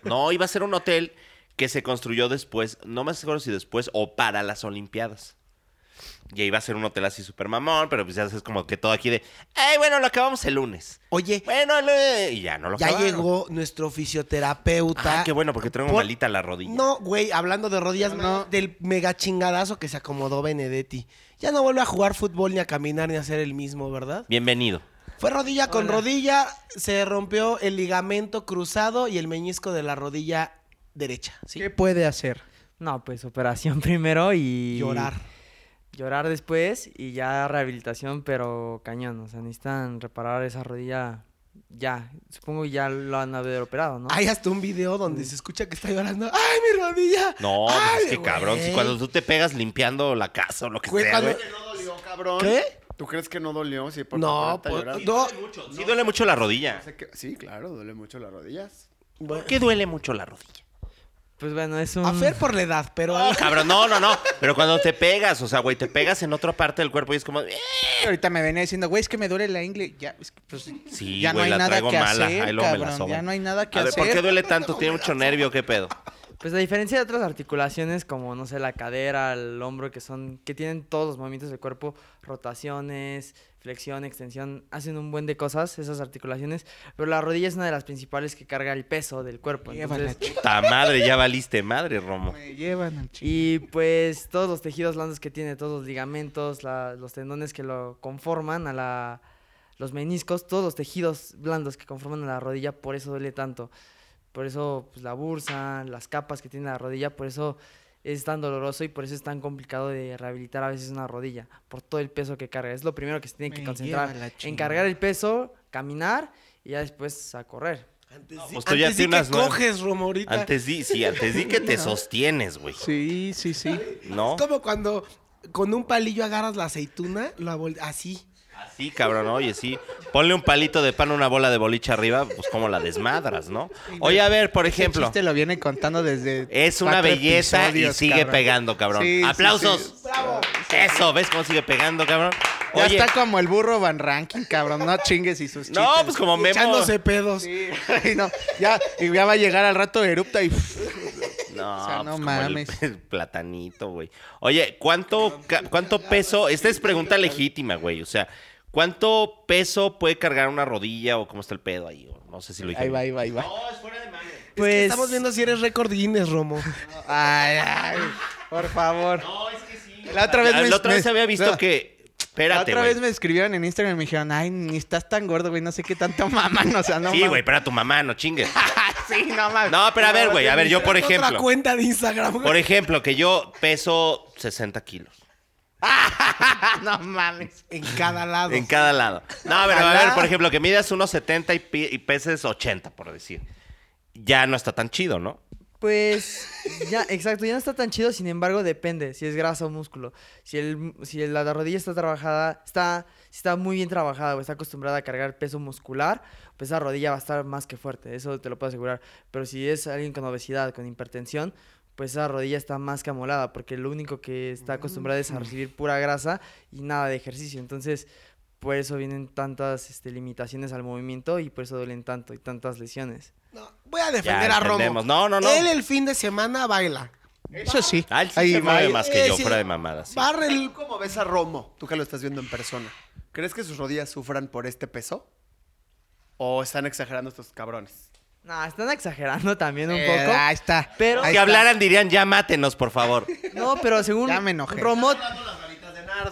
no, iba a ser un hotel que se construyó después, no me acuerdo si después o para las Olimpiadas. Y iba a ser un hotel así súper mamón, pero pues ya es como que todo aquí de, ay, bueno, lo acabamos el lunes. Oye, Bueno, el lunes", y ya no lo ya acabaron. llegó nuestro fisioterapeuta. Ah, qué bueno, porque tengo Por- malita la rodilla. No, güey, hablando de rodillas, no, del mega chingadazo que se acomodó Benedetti. Ya no vuelve a jugar fútbol, ni a caminar, ni a hacer el mismo, ¿verdad? Bienvenido. Fue rodilla con rodilla, se rompió el ligamento cruzado y el meñisco de la rodilla derecha, ¿sí? ¿Qué puede hacer? No, pues operación primero y... Llorar. Llorar después y ya rehabilitación, pero cañón. O sea, necesitan reparar esa rodilla ya. Supongo ya lo han de haber operado, ¿no? Hay hasta un video donde se escucha que está llorando. ¡Ay, mi rodilla! No, pues ¡Ay, es que güey! cabrón, si cuando tú te pegas limpiando la casa o lo que Güey, sea, cuando- güey. no dolió, cabrón? ¿Qué? ¿Tú crees que no dolió? Sí, por No, favor, pues, está llorando. no. Sí duele mucho la rodilla. Sé que- Sí, claro, duele mucho las rodillas. ¿Por qué duele mucho la rodilla? Pues bueno, es un... A Fer por la edad, pero... a- Cabrón, no, no, no. Pero cuando te pegas, o sea, güey, te pegas en otra parte del cuerpo y es como, "Eh, Ahorita me venía diciendo, güey, es que me duele la ingle. Ya, es que, pues, Sí, ya no güey, hay la nada traigo que mala. hacer, Ahí luego me la cabrón. soban. Ya no hay nada que A ver, hacer. ¿por qué duele tanto? ¿Tiene mucho nervio? ¿Qué pedo? Pues a diferencia de otras articulaciones como, no sé, la cadera, el hombro, que son, que tienen todos los movimientos del cuerpo, rotaciones, flexión, extensión, hacen un buen de cosas esas articulaciones, pero la rodilla es una de las principales que carga el peso del cuerpo. Lleva la entonces- Ta madre, ya valiste madre, Romo. Me llevan al chi- y pues todos los tejidos blandos que tiene, todos los ligamentos, la- los tendones que lo conforman a la, los meniscos, todos los tejidos blandos que conforman a la rodilla, por eso duele tanto. Por eso pues, la bursa, las capas que tiene la rodilla, por eso es tan doloroso y por eso es tan complicado de rehabilitar a veces una rodilla, por todo el peso que carga. Es lo primero que se tiene que Me concentrar, lleva la en chingada. cargar el peso, caminar y ya después a correr. Antes, di- pues tú ya antes di que tienes nueve. coges, Romorita. Antes di, sí, antes di que te sostienes, güey. Sí, sí, sí. ¿No? Es como cuando con un palillo agarras la aceituna, la vol- así. Sí, cabrón, oye, sí. Ponle un palito de pan, una bola de boliche arriba, pues como la desmadras, ¿no? Oye, a ver, por ejemplo, Este lo viene contando desde. es una cuatro belleza y episodios, sigue cabrón. pegando, cabrón. Sí, sí, ¡Aplausos! sí. Eso, ¿ves cómo sigue pegando, cabrón? Ya Oye, está como el burro Van Ranking, cabrón. No chingues y sus no, pues como Memo. Echándose pedos. chistes. Sí, no, ya, y ya va a llegar al rato de erupta y. No, O sea, pues no como mames. El, el platanito, güey. Oye, ¿cuánto, ca- pues, cuánto peso? Esta es pregunta legítima, güey. O sea, ¿cuánto peso puede cargar una rodilla o cómo está el pedo ahí? O no sé si lo dije. Ahí va, bien. ahí va, ahí va. Pues... estamos viendo si eres récord Guinness, Romo. Ay, ay, por favor. No, es que sí. La otra vez Ah, me. La otra vez me- había visto no, que. La Espérate, otra güey. vez me escribieron en Instagram y me dijeron, ay, ni estás tan gordo, güey, no sé qué tanto maman, o sea, no Sí, mames. güey, para tu mamá, no chingues. sí, no mames. No, pero a ver, güey, a ver, yo por Otra ejemplo. cuenta de Instagram. güey. Por ejemplo, que yo peso 60 kilos. no mames. En cada lado. En cada lado. No, pero a ver, por ejemplo, que midas unos 70 y, pi- y peses 80, por decir. Ya no está tan chido, ¿no? Pues ya, exacto, ya no está tan chido, sin embargo, depende si es grasa o músculo. Si, el, si la rodilla está trabajada, está, si está muy bien trabajada o está acostumbrada a cargar peso muscular, pues esa rodilla va a estar más que fuerte, eso te lo puedo asegurar. Pero si es alguien con obesidad, con hipertensión, pues esa rodilla está más que amolada, porque lo único que está acostumbrada es a recibir pura grasa y nada de ejercicio. Entonces, por eso vienen tantas este, limitaciones al movimiento y por eso duelen tanto y tantas lesiones. No, voy a defender Ya a Romo. entendemos. No, no, no. Él el fin de semana baila. Eso sí. Ah, él sí Ahí se mueve va. más que eh, yo, sí. fuera de mamadas. sí. Barre el... ¿Tú cómo ves a Romo? Tú que lo estás viendo en persona. ¿Crees que sus rodillas sufran por este peso? ¿O están exagerando estos cabrones? No, están exagerando también un Eh, poco. Ahí está. Pero- Ahí Si está. hablaran dirían, ya mátenos, por favor. No, pero según Ya me enojé. Romot,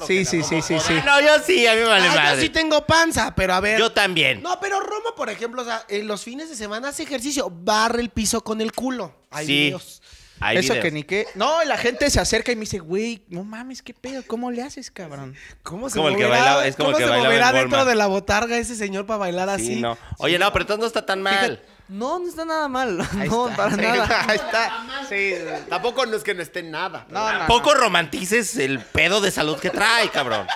Sí, sí, sí, sí, sí. Ah, No, yo sí, a mí me vale Ah, madre. yo sí tengo panza, pero a ver. Yo también. No, pero Romo, por ejemplo, o sea, en los fines de semana hace ejercicio. Barre el piso con el culo. Ay, Sí. Dios. Hay Eso videos. que ni qué. No, la gente se acerca y me dice, güey, no mames, qué pedo, ¿cómo le haces, cabrón? ¿Cómo se Como el que moverá, bailaba- es como el ¿cómo que se bailaba en moverá dentro Walmart. de la botarga ese señor para bailar ah, así? Sí, no. Oye, no, pero entonces no está tan mal. No, no está nada mal. Ahí no, está. para nada. Ahí está. Sí. Tampoco no es que no esté nada. No, no, no. Poco romantices el pedo de salud que trae, cabrón.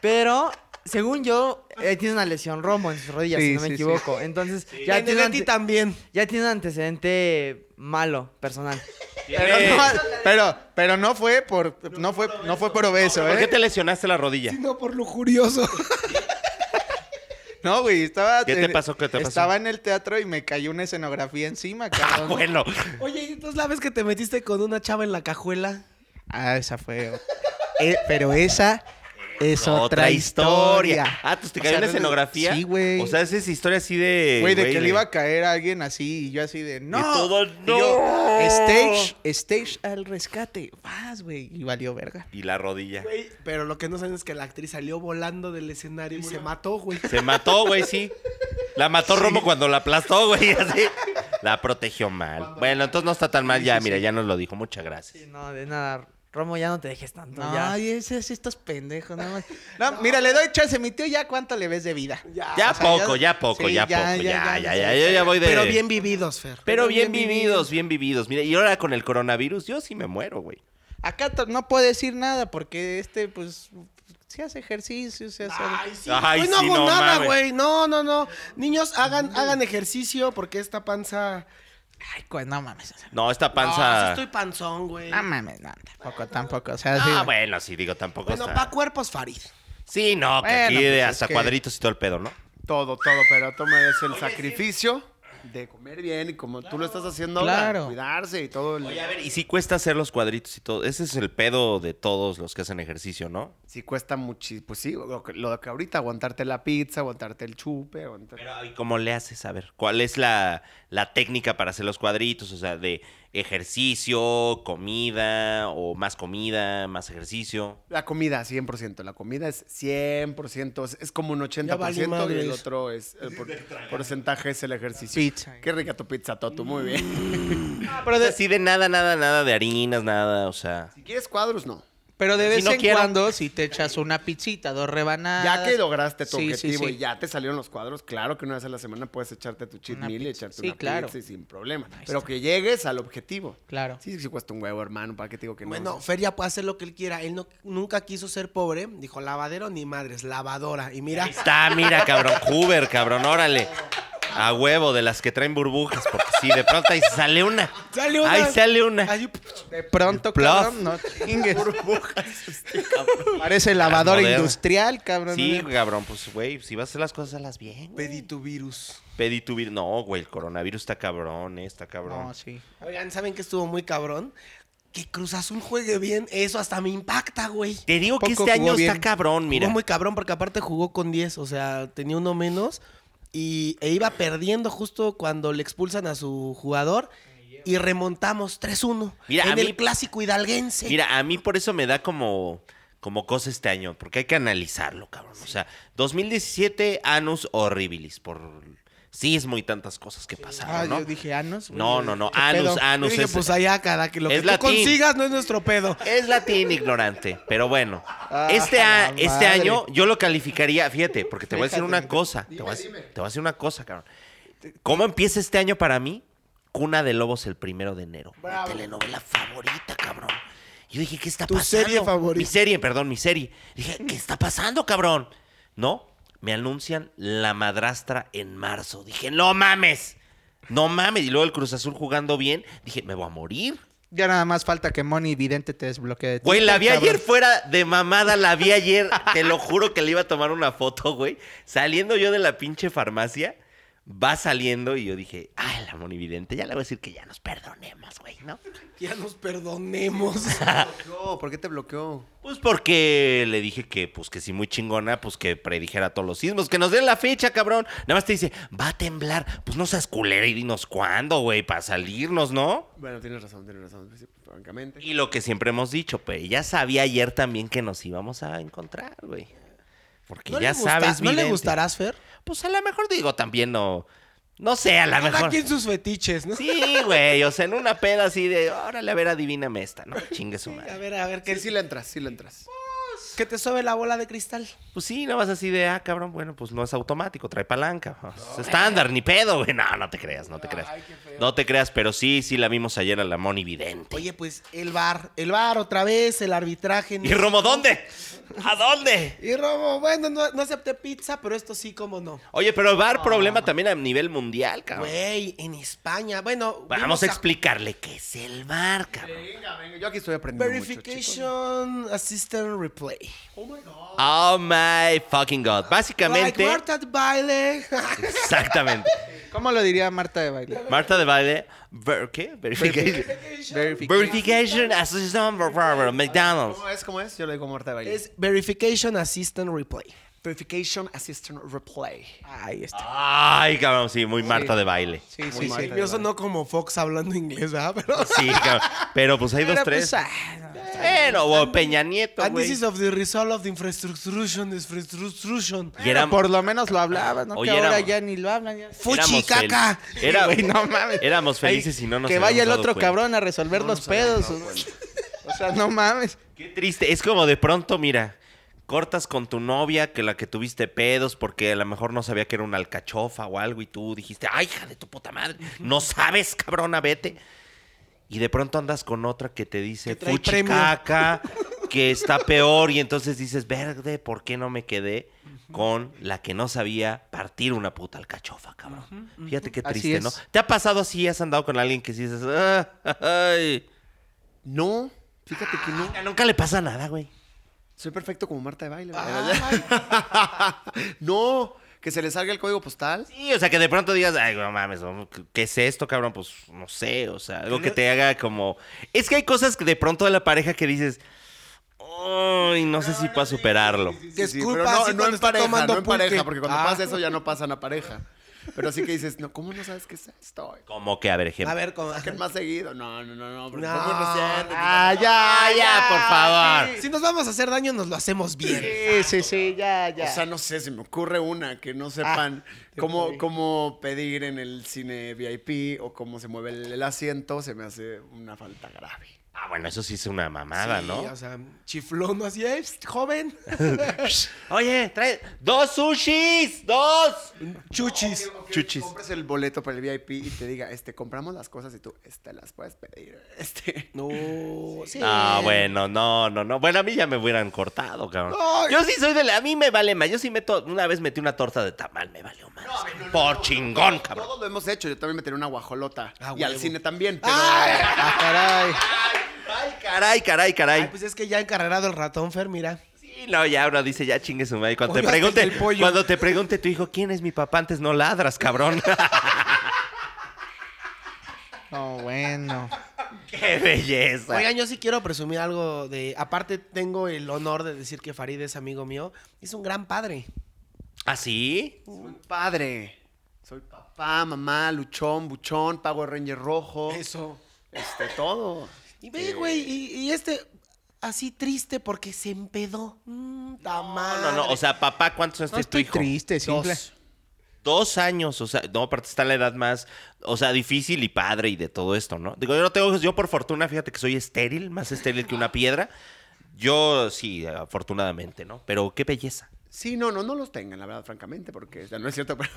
Pero, según yo, eh, tiene una lesión romo en sus rodillas, Sí, si no me sí, sí. equivoco. Entonces, Ya ya, tiene un ante- también. ya tiene un antecedente malo, personal. Pero, no, pero, pero no fue por no fue no fue por obeso, ¿Por qué ¿eh? te lesionaste la rodilla? Sino por lujurioso. No, güey, estaba ¿Qué te pasó? ¿Qué te pasó? Estaba en el teatro y me cayó una escenografía encima, Ah, cabrón. bueno. Oye, ¿y entonces la vez que te metiste con una chava en la cajuela? Ah, esa fue. Eh, pero esa es Otra, otra, historia. historia. Ah, pues te O cayó sea, una no, no, escenografía. Sí, güey. O sea, esa es historia así de. Güey, de que le iba a caer a alguien así y yo así de no. todo, Y yo, "No". stage, stage al rescate. Vas, güey. Y valió verga. Y la rodilla. Güey, pero lo que no saben es que la actriz salió volando del escenario y, se mató, güey. Se mató, güey, sí. La mató Romo cuando la aplastó, güey, así. La protegió mal. bueno, entonces no está tan mal ya, mira, ya nos lo dijo. Muchas gracias. Sí, no, de nada. Romo, ya no te dejes tanto. No, ya. y ese es estos pendejos, nada más. No, mira, le doy chance, mi tío, ya cuánto le ves de vida. Ya. Ya o sea, poco, ya- ya poco, sí, ya, ya, poco. ya, Ya, ya, ya, ya, ya, yo ya voy de. Pero bien vividos, Fer. Pero bien vividos, bien vividos. Mira, y ahora con el coronavirus, yo sí me muero, güey. Acá to- no puedo decir nada porque este, pues, se hace ejercicio, se hace. Ay, sí. Ay, Hoy no sí, hago no nada, mames. güey. No, no, no. Niños, hagan, hagan ejercicio porque esta panza. Ay, pues, no mames. o sea, No, esta No, sí panza. estoy panzón, güey. No mames, no, tampoco, tampoco. O sea, sí. Ah, bueno, sí, digo, tampoco Bueno, está- pa' cuerpos, Farid. pues, ah. Sí, no, que Bueno, aquí pues de es hasta que- cuadritos y todo el pedo, ¿no? Todo, todo, pero toma es el sacrificio de comer bien y como tú lo estás haciendo ahora, Claro. cuidarse y todo. el- Oye, a ver, y sí cuesta hacer los cuadritos y todo. Ese es el pedo de todos los que hacen ejercicio, ¿no? Sí cuesta muchísimo, pues sí, lo que, lo que ahorita, aguantarte la pizza, aguantarte el chupe, aguantar- Pero, ¿y cómo le haces? A ver, ¿cuál es la, la técnica para hacer los cuadritos? O sea, de ejercicio, comida, o más comida, más ejercicio. La comida, 100%. La comida es 100%. Es, es como un Ya valió 80% y madres. el otro es, el por- porcentaje es el ejercicio. Pizza. Qué rica tu pizza, Toto, muy Mm. bien. Pero de... así de nada, nada, nada, de harinas, nada, o sea... Si quieres cuadros, no. Pero de Si vez no en quiero. cuando, si te echas una pizzita, dos rebanadas. Ya que lograste tu Ah, Sí, sí, objetivo sí. y ya te salieron los cuadros, claro que una vez a la semana puedes echarte tu cheat Una meal y pizza. echarte Sí, una claro. pizza y sin problema. Pero que llegues al objetivo. Claro. Sí, sí cuesta un huevo, hermano, para qué te digo que no. Bueno, Fer ya puede hacer lo que él quiera. Él no- nunca quiso ser pobre. Dijo lavadero ni madres, lavadora. Y mira, Ahí Está, mira, cabrón, Hoover, cabrón, órale. A huevo, de las que traen burbujas, porque sí, de pronto ahí sale una. Sale una. Ahí sale una. ay, De pronto, Plus. cabrón, no chingues. Parece lavadora Moderna. industrial, cabrón. Sí, ¿no? cabrón, pues, güey, si vas a hacer las cosas, hazlas bien. güey. pedí tu virus. Pedí tu vir- No, güey, el coronavirus está cabrón, eh, está cabrón. No, sí. Oigan, ¿saben que estuvo muy cabrón? Que Cruz Azul juegue bien, eso hasta me impacta, güey. Te digo que Poco este año jugó bien. está cabrón, mira. Jugó muy cabrón porque aparte jugó con 10, o sea, tenía uno menos y e iba perdiendo justo cuando le expulsan a su jugador y remontamos 3-1 Mira, en a el mí- clásico hidalguense. Mira, a mí por eso me da como, como cosa este año, porque hay que analizarlo, cabrón. O sea, 2017, Anus Horribilis, por sismo y tantas cosas que Ah, pasaron, ¿no? yo dije Anos. güey. No, no, no, ¿Qué Anus, pedo? Yo Anus. dije, es, pues ah, allá cada que lo es que tú latín. consigas no es nuestro pedo. es latín ignorante, pero bueno. Ah, este, a- la este madre. año yo lo calificaría, fíjate, porque te voy a decir una cosa. te, voy a, te voy a decir una cosa, cabrón. ¿Cómo empieza este año para mí? Cuna de Lobos el primero de enero. Mi telenovela favorita, cabrón. Yo dije, ¿qué está Tu pasando? serie favorita. Mi serie, perdón, mi serie. Dije, ¿qué está pasando, cabrón? No, me anuncian La Madrastra en marzo. Dije, no mames. No mames. Y luego el Cruz Azul jugando bien. Dije, me voy a morir. Ya nada más falta que Moni Vidente te desbloquee. de Güey, Twitter, la vi cabrón. ayer fuera de mamada, la vi ayer. Te lo juro que le iba a tomar una foto, güey. Saliendo yo de la pinche farmacia, va saliendo y yo dije, ay, la monividente, ya le voy a decir que ya nos perdonemos, güey, ¿no? Ya nos perdonemos. No, ¿por qué te bloqueó? Pues porque le dije que, pues que si muy chingona, pues que predijera todos los sismos, que nos den la fecha, cabrón. Nada más te dice, va a temblar, pues no seas culera y dinos cuándo, güey, para salirnos, ¿no? Bueno, tienes razón, tienes razón, sí, francamente. Y lo que siempre hemos dicho, pues ya sabía ayer también que nos íbamos a encontrar, güey. Porque ¿No, ya le gusta- sabes, ¿no le vidente. gustarás, Fer? Pues a lo mejor digo también no. No sé, a lo Cada mejor. quien sus fetiches, ¿no? Sí, güey. O sea, en una peda así de, órale, a ver, adivíname esta, ¿no? Chingue su A madre. ver, a ver, Que que, sí le entras, sí le entras. que te sobe la bola de cristal. Pues sí, nada más así de, ah, cabrón, bueno, pues no es automático, trae palanca. Es estándar, ni pedo, güey. No, no te creas, no te creas. No te creas, pero sí, sí la vimos ayer a la Moni Vidente. Oye, pues el bar, el bar otra vez, el arbitraje. ¿Y Romo dónde? ¿A dónde? Y Romo, bueno, no, no acepté pizza, pero esto sí, cómo no. Oye, pero va a haber problema también a nivel mundial, cabrón. Güey, en España, bueno. Ah. Vamos vimos a explicarle qué es el bar, cabrón. Venga, venga, yo aquí estoy aprendiendo Verification Assistant Replay. Oh my fucking god. Básicamente, Like Marta de baile. exactamente. ¿Cómo lo diría Marta de baile? Marta de baile, ver- ¿qué? Verification. Verification Assistant for McDonald's. ¿Cómo es? ¿Cómo es? Yo le digo Marta de Baile. es Verification Assistant Replay. Verification Assistant Replay. Ahí está. Ay, cabrón, sí, muy Marta de baile. Sí, Muy sí, mal. sí. Yo sonó como Fox hablando inglés, ¿verdad? Pero. Sí, cabrón. Pero pues hay dos, Pero, tres. pues, ah, Bueno, o Peña Nieto, güey. Análisis of the result of the infrastructure, infrastructure. Y era- Por lo menos lo hablaba, ¿no? Oye, que ahora éramos- ya ni lo hablan. ya. Fuchi éramos fel- caca. era- Güey, no mames. Éramos felices y no nos Que vaya habíamos el dado otro cuenta. cabrón a resolver los pedos. o sea, no mames. Qué triste. Es como de pronto, mira, cortas con tu novia que la que tuviste pedos porque a lo mejor no sabía que era una alcachofa o algo y tú dijiste, ay, hija de tu puta madre, no sabes, cabrona, vete. Y de pronto andas con otra que te dice Que trae fuchi premio. caca, que está peor y entonces dices, verde, ¿por qué no me quedé con la que no sabía partir una puta alcachofa, cabrón? Fíjate qué Así triste, ¿no? es. ¿Te ha pasado así? ¿Has andado con alguien que sí dices, "Ah, ay, No, fíjate que no. nunca le pasa nada, güey? Soy perfecto como Marta de Baile. no, que se le salga el código postal. Sí, o sea, que de pronto digas, ay, no mames, ¿no? ¿qué es esto, cabrón? Pues no sé, o sea, algo que te haga como. Es que hay cosas que de pronto de la pareja que dices, ay, no sé si para superarlo. Sí, sí, Disculpa, pero no, así no cuando en estoy pareja, tomando no en pareja, pulque. porque cuando Ah. pasa eso ya no pasan a pareja. Pero sí que dices, no, ¿cómo no sabes qué es esto? Como que, a ver, ejemplo. A ver, con... Saquen más seguido. No, no, no, no. porque No. fue muy reciente. Ah, ya, ya, por favor. si nos vamos a hacer daño, nos lo hacemos bien. Sí, sí, sí, ya, ya. O sea, no sé, se me ocurre una que Ah, no sepan cómo, cómo pedir en el cine VIP o cómo se mueve el, el asiento, se me hace una falta grave. Ah, bueno, eso sí es una mamada, Sí, ¿no? O sea, chiflón así, eh, joven. Oye, trae dos sushis, dos. Chuchis. Chuchis. Compras el boleto para el VIP y te diga, este, compramos las cosas y tú, este, las puedes pedir. Este. No, sí. Ah, bueno, no, no, no. Bueno, a mí ya me hubieran cortado, cabrón. Yo sí soy de la. A mí me vale más. Yo sí meto. Una vez metí una torta de tamal, me valió más. por chingón, cabrón. Todos lo hemos hecho. Yo también me tenía una guajolota. Ah, y al huevo. cine también. Pero... Ah, caray. Ay, caray, caray, caray. Ay, pues es que ya encarrerado el ratón, Fer, mira. Sí, no, ya uno dice, ya chingue su madre. Cuando te, Olvídate pregunte, del pollo. cuando te pregunte tu hijo, ¿quién es mi papá? Antes no ladras, cabrón. No, bueno. ¡Qué belleza! Oigan, yo sí quiero presumir algo de... Aparte, tengo el honor de decir que Farid es amigo mío. Es un gran padre. ¿Ah, sí? Soy padre. Soy papá, mamá, luchón, buchón, pago Ranger rojo. Eso. Este, todo. Y ve, güey, y, y este... Así triste porque se empedó. Mm, ta No, madre. no, no. O sea, papá, ¿cuántos años No es tu estoy hijo? triste, Este simple. Dos años, o sea, no, aparte está la edad más, o sea, difícil y padre y de todo esto, ¿no? Digo, yo no tengo hijos, yo por fortuna, fíjate que soy estéril, más estéril que una piedra. Yo sí, afortunadamente, ¿no? Pero qué belleza. Sí, no, no, no los tengan, la verdad, francamente, porque o sea, no es cierto, pero.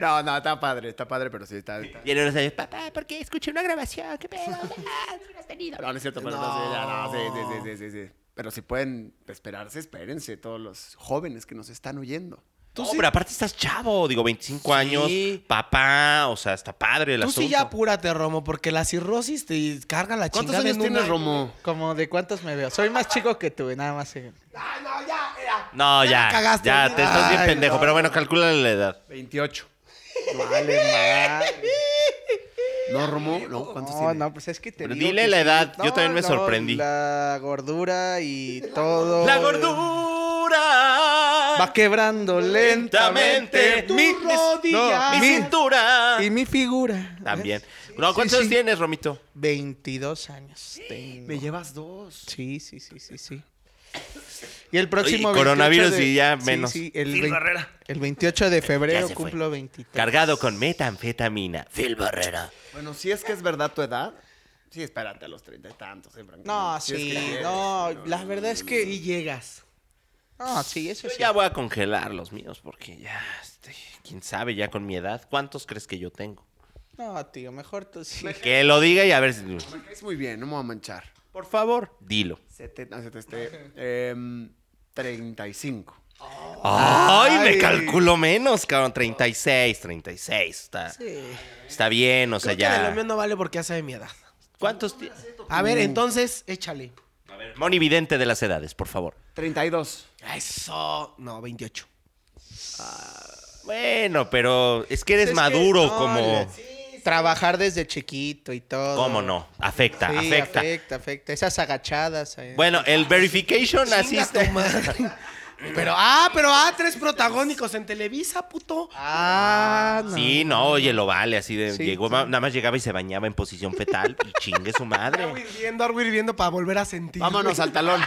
no, no, está padre, está padre, pero sí está. está- Viene unos años, papá, ¿por qué escuché una grabación? ¿Qué pedo? Ah, no has tenido. No, no es cierto, pero no, sí, ya, no, sí, sí, sí, sí, sí, sí. Pero si pueden esperarse, espérense, todos los jóvenes que nos están oyendo. No, pero aparte estás chavo, digo, 25 años, papá, o sea, está padre el Tú asunto. sí ya apúrate, Romo, porque la cirrosis te carga la ¿Cuántos chingada años en un tienes, año. Romo? Como de cuántos me veo. Soy más chico que tú, nada más. eh. No, ya, la cagaste, ya, ya. te estás bien Ay, pendejo, pero bueno, calcula la edad. 28. Vale, madre. No, Romo, no, ¿cuántos No, tienes? no, pues es que te Pero digo dile que la sí. edad, yo No, también me no, sorprendí. La gordura y todo. ¡La Va gordura! quebrando lentamente Lentamente. mi Tus rodilla. ¡Mi cintura! y mi figura. También. ¿Ves? No, Sí, ¿cuántos sí. tienes, Romito? 22 años tengo. Me llevas dos. Sí, sí, sí, sí, sí. Y el próximo. Y coronavirus 28 y ya menos. Sí, sí, el, Phil vein- Barrera. el 28 de febrero se fue. cumplo 23. Cargado con metanfetamina. Phil Barrera. Bueno, si es que es verdad tu edad, sí, espérate a los treinta y tantos. ¿eh, Franco? No, Si es que sí, quieres. no, la verdad es que. Y llegas. No, sí, eso Yo sí. ya voy a congelar los míos porque ya, este, quién sabe ya con mi edad. ¿Cuántos crees que yo tengo? No, tío, mejor tú sí. Que lo diga y a ver si... Me caes muy bien, no me voy a manchar. Por favor, dilo. Setenta, setenta, este, em, 35. Ay, Ay. me calculo menos, cabrón. 36, 36. Está, está bien, o sea, Creo que de lo mío ya. no vale porque ya sabe mi edad. ¿Cuántos ti- A Uh. ver, entonces, échale. A ver, Moni Vidente de las edades, por favor. 32. Eso. No, 28. Bueno, pero es que eres Es que, maduro no, como... le- Trabajar desde chiquito y todo. ¿Cómo no? Afecta, Sí, afecta. afecta, afecta. Esas agachadas. eh. Bueno, el verification asiste. Pero, ah, pero, ah, tres protagónicos en Televisa, puto. Ah, no. Sí, no, oye, lo vale, así de... Sí, llegó, ma- nada más llegaba y se bañaba en posición fetal y chingue su madre. Agua hirviendo, agua hirviendo para volver a sentir. Vámonos al talón.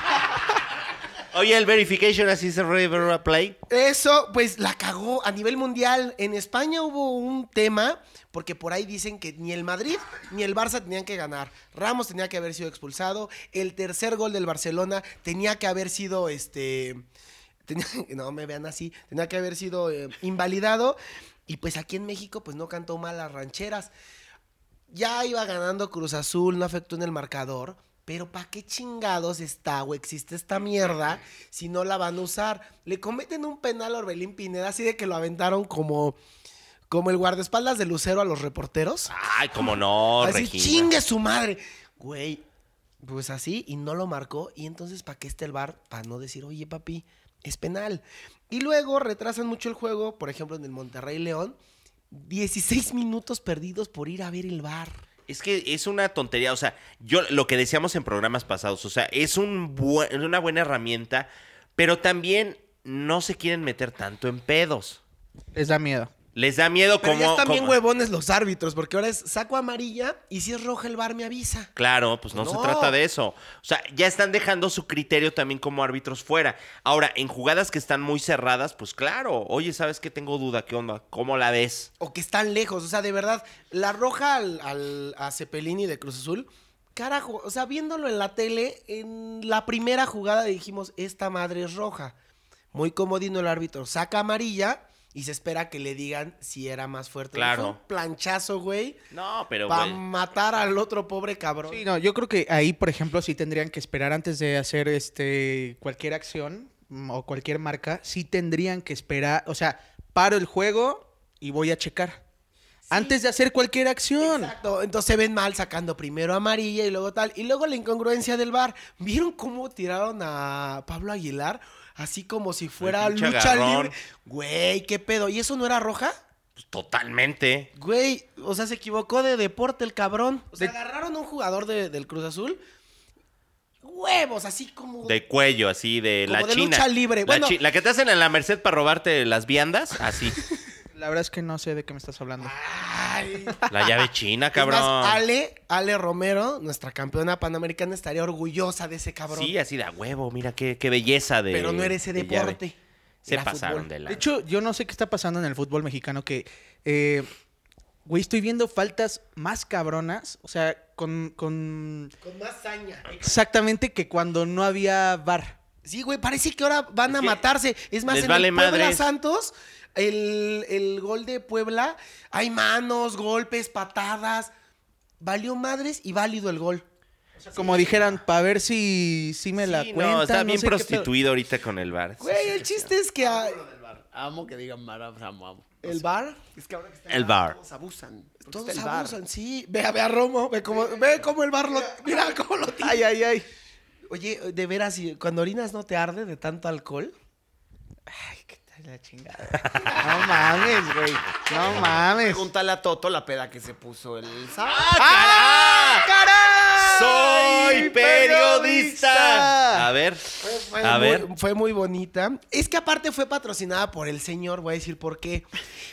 Oye, el verification así se River a Play. Eso, pues la cagó a nivel mundial. En España hubo un tema, porque por ahí dicen que ni el Madrid ni el Barça tenían que ganar. Ramos tenía que haber sido expulsado. El tercer gol del Barcelona tenía que haber sido este. tenía- no me vean así. Tenía que haber sido eh, invalidado. Y pues aquí en México, pues no cantó mal las rancheras. Ya iba ganando Cruz Azul, no afectó en el marcador. Pero ¿para qué chingados está o existe esta mierda si no la van a usar? Le cometen un penal a Orbelín Pineda, así de que lo aventaron como, como el guardaespaldas de Lucero a los reporteros. Ay, cómo no, así, Regina. chingue su madre. Güey, pues así, y no lo marcó. Y entonces, ¿para qué está el bar? Para no decir, oye, papi, es penal. Y luego retrasan mucho el juego, por ejemplo, en el Monterrey León. 16 minutos perdidos por ir a ver el bar. Es que es una tontería, o sea, yo lo que decíamos en programas pasados, o sea, es un buen- una buena herramienta, pero también no se quieren meter tanto en pedos. Les da miedo. Les da miedo Pero como... ya están bien como- huevones los árbitros, porque ahora es saco amarilla y si es roja el bar me avisa. Claro, pues no, se No. trata de eso. O sea, ya están dejando su criterio también como árbitros fuera. Ahora, en jugadas que están muy cerradas, pues claro, oye, ¿sabes qué? Tengo duda, ¿qué onda? ¿Cómo la ves? O que están lejos, o sea, de verdad, la roja al, al- a Cepelini de Cruz Azul, carajo, o sea, viéndolo en la tele, en la primera jugada dijimos, esta madre es roja. Muy comodino el árbitro, saca amarilla y se espera que le digan si era más fuerte. Claro. Fue un planchazo, güey, No, pero... para güey, matar al otro pobre cabrón. Sí, no, yo creo que ahí, por ejemplo, sí tendrían que esperar antes de hacer este cualquier acción mm, o cualquier marca, sí tendrían que esperar, o sea, paro el juego y voy a checar. Antes de hacer cualquier acción. Exacto, entonces se ven mal sacando primero amarilla y luego tal. Y luego la incongruencia del bar. ¿Vieron cómo tiraron a Pablo Aguilar? Así como si fuera El pinche lucha agarrón. libre. Güey, qué pedo. ¿Y eso no era roja? pues, totalmente. Güey, o sea, se equivocó de deporte el cabrón. O sea, agarraron a un jugador de- del Cruz Azul. Huevos, así como. De cuello, así, de Como la de china. lucha libre. La, Bueno- chi- la que te hacen en la merced para robarte las viandas, así. La verdad es que no sé de qué me estás hablando. Ah, Ay. La llave china, Es cabrón. más, Ale, Ale Romero, nuestra campeona panamericana, estaría orgullosa de ese cabrón. Sí, así de a huevo, mira qué, qué belleza de. pero no era ese de llave. deporte. Se Era pasaron fútbol. de la. De hecho, yo no sé qué está pasando en el fútbol mexicano que, eh, güey, estoy viendo faltas más cabronas, o sea, con, con- Con más saña. exactamente que cuando no había bar. Sí, güey, parece que ahora van a que matarse. Es más, les en vale el Puebla madres. Santos, el, el gol de Puebla, hay manos, golpes, patadas. Valió madres y válido el gol. Como dijeran, para ver si, si me la Sí, cuentan. no, está no bien sé qué pedo. prostituido ahorita con el bar. Güey, el chiste es que ah, Amo que digan Marabra, amo. el bar, Es que ahora que está El bar. Todos abusan. Porque todos está el bar. abusan, sí. Ve, a- ve a Romo, ve cómo, ve cómo el bar lo. Mira cómo lo tira. Ay, ay, ay. Oye, de veras, ¿y cuando orinas no te arde de tanto alcohol. Ay, qué tal la chingada. No mames, güey. No mames. Pregúntale a Toto la peda que se puso el sábado. ¡Ah, caray! ¡Soy periodista! periodista! A ver, Fue a Pues, muy, ver. fue muy bonita. Es que aparte fue patrocinada por el señor, voy a decir por qué.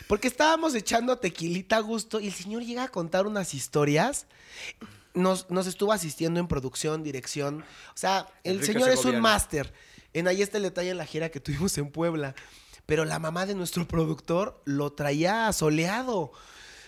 Porque estábamos echando tequilita a gusto y el señor llega a contar unas historias. Nos, nos estuvo asistiendo en producción, dirección. O sea, el Enrique señor es un Segoviano. máster. En ahí está el detalle en la gira que tuvimos en Puebla. Pero la mamá de nuestro productor lo traía soleado.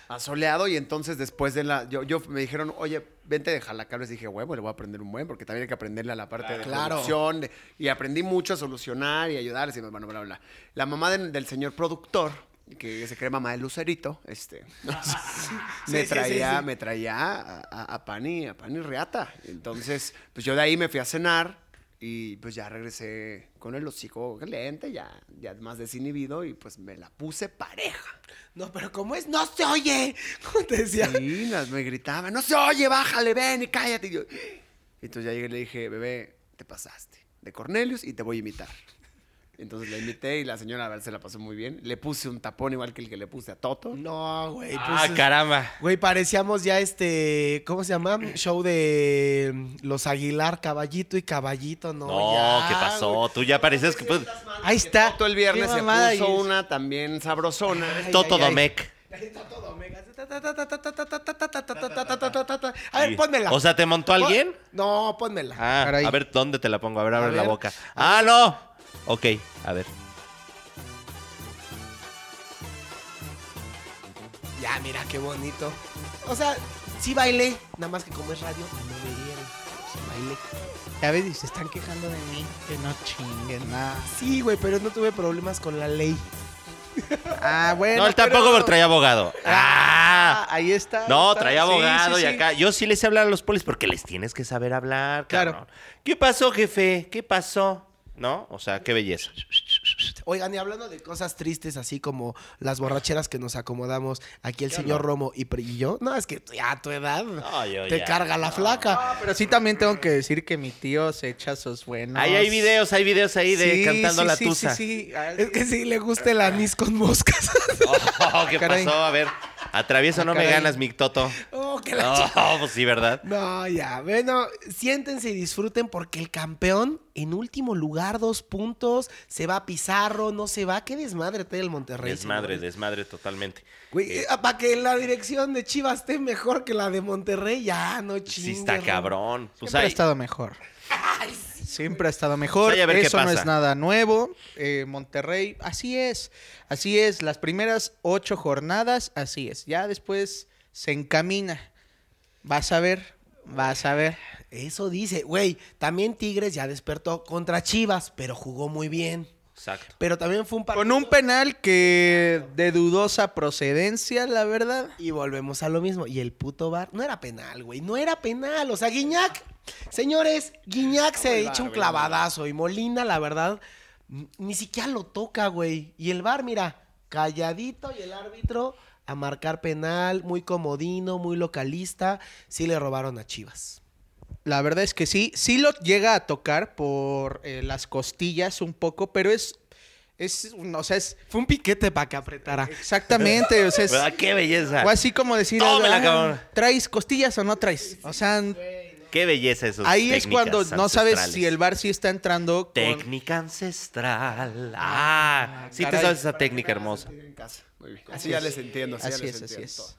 asoleado y entonces después de la... Yo, yo me dijeron, oye, vente de jalacables. Dije, huevo, le voy a aprender un buen porque también hay que aprenderle a la parte de Claro. producción. de- y aprendí mucho a solucionar y ayudarles y bueno, bla, bla, bla. La mamá de- del señor productor, que se cree mamá de Lucerito, este... me sí, sí, traía, sí. me traía a, a- a pan y, a pan y reata. Entonces, pues yo de ahí me fui a cenar y pues ya regresé con el hocico caliente, ya, ya más desinhibido y pues me la puse pareja. No, pero ¿cómo es? ¡No se oye! ¿Cómo te decía? Sí, las me gritaban, no se oye, bájale, ven y cállate. Y yo, entonces ya llegué y le dije, bebé, te pasaste de Cornelius y te voy a imitar. Entonces la imité y la señora, a ver, se la pasó muy bien. Le puse un tapón igual que el que le puse a Toto. No, güey. Pues, Ah, caramba. Güey, parecíamos ya este, ¿cómo se llama? Show de mm, los Aguilar, caballito y caballito, ¿no? No, ya, ¿qué pasó? güey. Tú ya pareces que... Pues, Ahí está. Toto el viernes Qué se mamada puso es. una también sabrosona. Toto ay, ay. Domecq. Ahí está todo, mega. Ta, ta, ta, ta, ta, ta, ta, ta, ta, ta, ta, ta, ta, ta, ta, ta, ta, ta. A ver, Sí. pónmela. O sea, ¿te montó Pon- alguien? No, pónmela. Ah, Caray. a ver, ¿dónde te la pongo? A ver, A abre la ver. boca. ¡Ah, no! Ok, a ver. Ya, mira qué bonito. O sea, sí bailé, nada más que como es radio, no me dieron. Sí bailé. Ya ves, y se están quejando de mí. Que no chinguen nada. Sí, güey, pero no tuve problemas con la ley. Ah, bueno. No, él tampoco pero- porque traía abogado. ¡Ah! Ah, ahí está. No, está. traía Sí, abogado sí, y sí. acá. Yo sí les sé hablar a los polis porque les tienes que saber hablar, Claro. cabrón. ¿Qué pasó, jefe? ¿Qué pasó? ¿No? O sea, qué belleza. Oigan, y hablando de cosas tristes, así como las borracheras que nos acomodamos aquí el señor Romo y, pre- y yo. No, es que ya a tu edad No, yo te ya, carga la flaca. Pero sí también tengo que decir que mi tío se echa sus buenos. Ahí hay videos, hay videos ahí de Sí, cantando sí, la sí, tusa. Sí, sí, Ah, Es que sí le gusta el anís con moscas. Oh, ¿Qué Ah, caray. pasó? A ver, atravieso, Ah, no me caray. ganas, mi toto. oh, que la ch- No, pues sí, ¿verdad? No, ya, bueno, siéntense y disfruten porque el campeón en último lugar, dos puntos, se va a Pizarro, no se va, qué desmadre trae el Monterrey. Desmadre, señores. ah, desmadre totalmente. Eh, para que la dirección de Chivas esté mejor que la de Monterrey, ya, no Sí chingues. está Romo. cabrón. Pues Siempre ha ahí- estado mejor. Siempre ha estado mejor. Pues ahí a ver qué Eso no pasa. es nada nuevo. Eh, Monterrey, así es. Así es. Las primeras ocho jornadas, así es. Ya después se encamina. Vas a ver, vas a ver. Eso dice, güey, también Tigres ya despertó contra Chivas, pero jugó muy bien. Exacto. Pero también fue un Con partido. un penal que de dudosa procedencia, la verdad. Y volvemos a lo mismo. Y el puto bar no era penal, güey. No era penal. O sea, Guiñac. Señores, Guiñac se ha hecho un clavadazo. Y Molina, la verdad, n- ni siquiera lo toca, güey. Y el bar, mira, calladito. Y el árbitro a marcar penal. Muy comodino, muy localista. Sí le robaron a Chivas. La verdad es que sí, sí lo llega a tocar por eh, las costillas un poco, pero es, es, un- o sea, es Fue un piquete para que apretara. exactamente, o sea, es ¿Verdad? ¡Qué belleza! o así como decir, Ah. Tómela, ah, cabrón. ¿traes costillas o no traes? O sea, ¡Qué belleza eso! ahí es cuando no sabes si el bar sí está entrando con... Técnica ancestral. Ah, sí te caray. sabes esa técnica hermosa. En casa. Muy bien. Así ya les entiendo. Así, Así ya les es, así entiendo es. todo.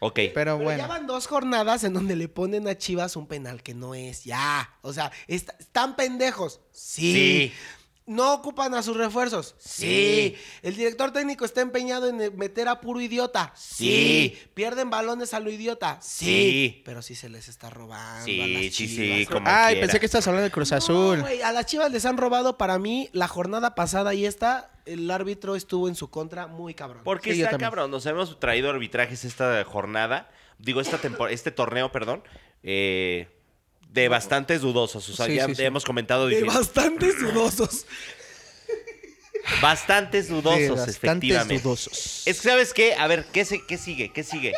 Ok. Pero Pero ya bueno, van dos jornadas en donde le ponen a Chivas un penal que no es. Ya. O sea, est- están pendejos. Sí. ¿No ocupan a sus refuerzos? Sí. ¿El director técnico está empeñado en eh, meter a puro idiota? Sí. ¿Pierden balones a lo idiota? Sí. Pero sí se les está robando. a Sí, las sí, Chivas. sí, como ay, quiera. pensé que estás hablando de Cruz Azul. No, güey, a las Chivas les han robado para mí la jornada pasada y esta. El árbitro estuvo en su contra muy cabrón. Porque Sí, yo está también. cabrón. Nos hemos traído arbitrajes esta jornada. Digo, esta tempor- este torneo, perdón. eh, de bastantes dudosos. O sea, Sí, ya sí, sí. hemos comentado De diferentes- bastante dudosos. bastantes dudosos, De bastantes efectivamente. dudosos. Es que, ¿sabes qué? A ver, ¿qué, se- qué sigue? ¿Qué sigue?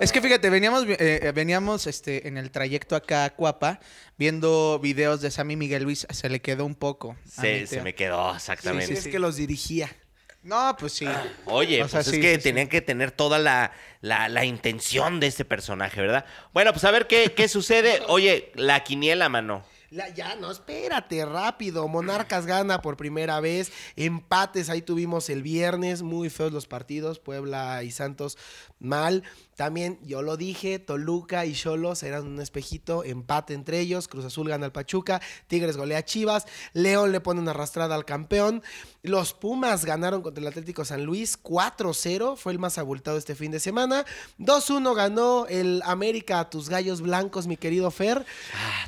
Es que fíjate, veníamos, eh, veníamos este, en el trayecto acá a Cuapa viendo videos de Sammy Miguel Luis. Se le quedó un poco. a mi Se, tío. se me quedó, exactamente. Sí, es que los dirigía. No, pues sí. Oye, O sea, pues es sí, que sí, sí. tenían que tener toda la, la- la intención de este personaje, ¿verdad? Bueno, pues a ver qué, qué sucede. Oye, la quiniela, mano. La- ya, no, espérate, rápido. Monarcas gana por primera vez. Empates, ahí tuvimos el viernes. Muy feos los partidos. Puebla y Santos mal. También, yo lo dije, Toluca y Cholos eran un espejito. Empate entre ellos. Cruz Azul gana al Pachuca. Tigres golea a Chivas. León le pone una arrastrada al campeón. Los Pumas ganaron contra el Atlético San Luis 4-0. Fue el más abultado este fin de semana. 2-1 ganó el América a tus gallos blancos, mi querido Fer.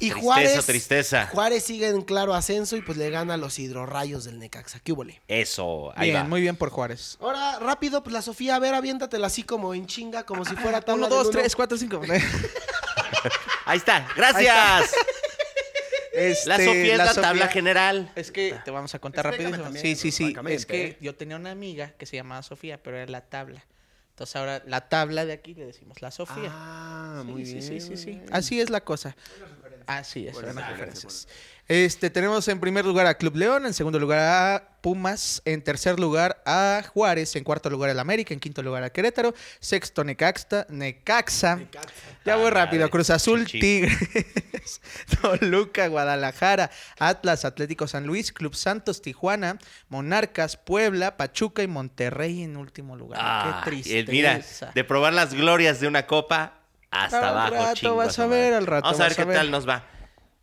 y tristeza, Juárez. tristeza. Juárez sigue en claro ascenso y pues le gana a los hidrorrayos del Necaxa. ¿Qué hubole? Eso, ahí va. Bien, muy bien por Juárez. Ahora, rápido, pues la Sofía, a ver, aviéntatela así como en chinga, como si fuera tabla Ah, Uno, del dos, uno. tres, cuatro, cinco. Ahí está, gracias. Este, La Sofía es la, Sofía- tabla general. Es que te vamos a contar Explícame rapidísimo. también, Sí, sí, sí. francamente, Es que ¿eh? yo tenía una amiga que se llamaba Sofía, pero era la tabla. Entonces ahora la tabla de aquí le decimos la Sofía. Ah, Sí, muy sí, bien. sí, sí, muy sí. bien. Así es la cosa. Así es, Buenas buenas referencias, referencias. Este, tenemos en primer lugar a Club León, en segundo lugar a Pumas, en tercer lugar a Juárez, en cuarto lugar al América, en quinto lugar a Querétaro, sexto Necaxa, Necaxa. Ya voy Ah, rápido, madre, Cruz Azul, chichi. Tigres, Toluca, Guadalajara, Atlas, Atlético San Luis, Club Santos, Tijuana, Monarcas, Puebla, Pachuca y Monterrey en último lugar. Ah, Qué y tristeza. mira, de probar las glorias de una copa hasta Al abajo. rato chingo vas su a madre. ver, al rato Vamos a ver vas qué a ver. tal nos va.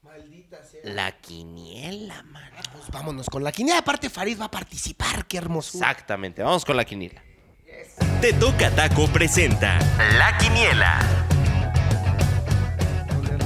Maldita sea. La quiniela, mano. Pues vámonos con la quiniela. Aparte, Farid va a participar. Qué hermosura. Exactamente, vamos con la quiniela. Te toca Taco presenta La Quiniela.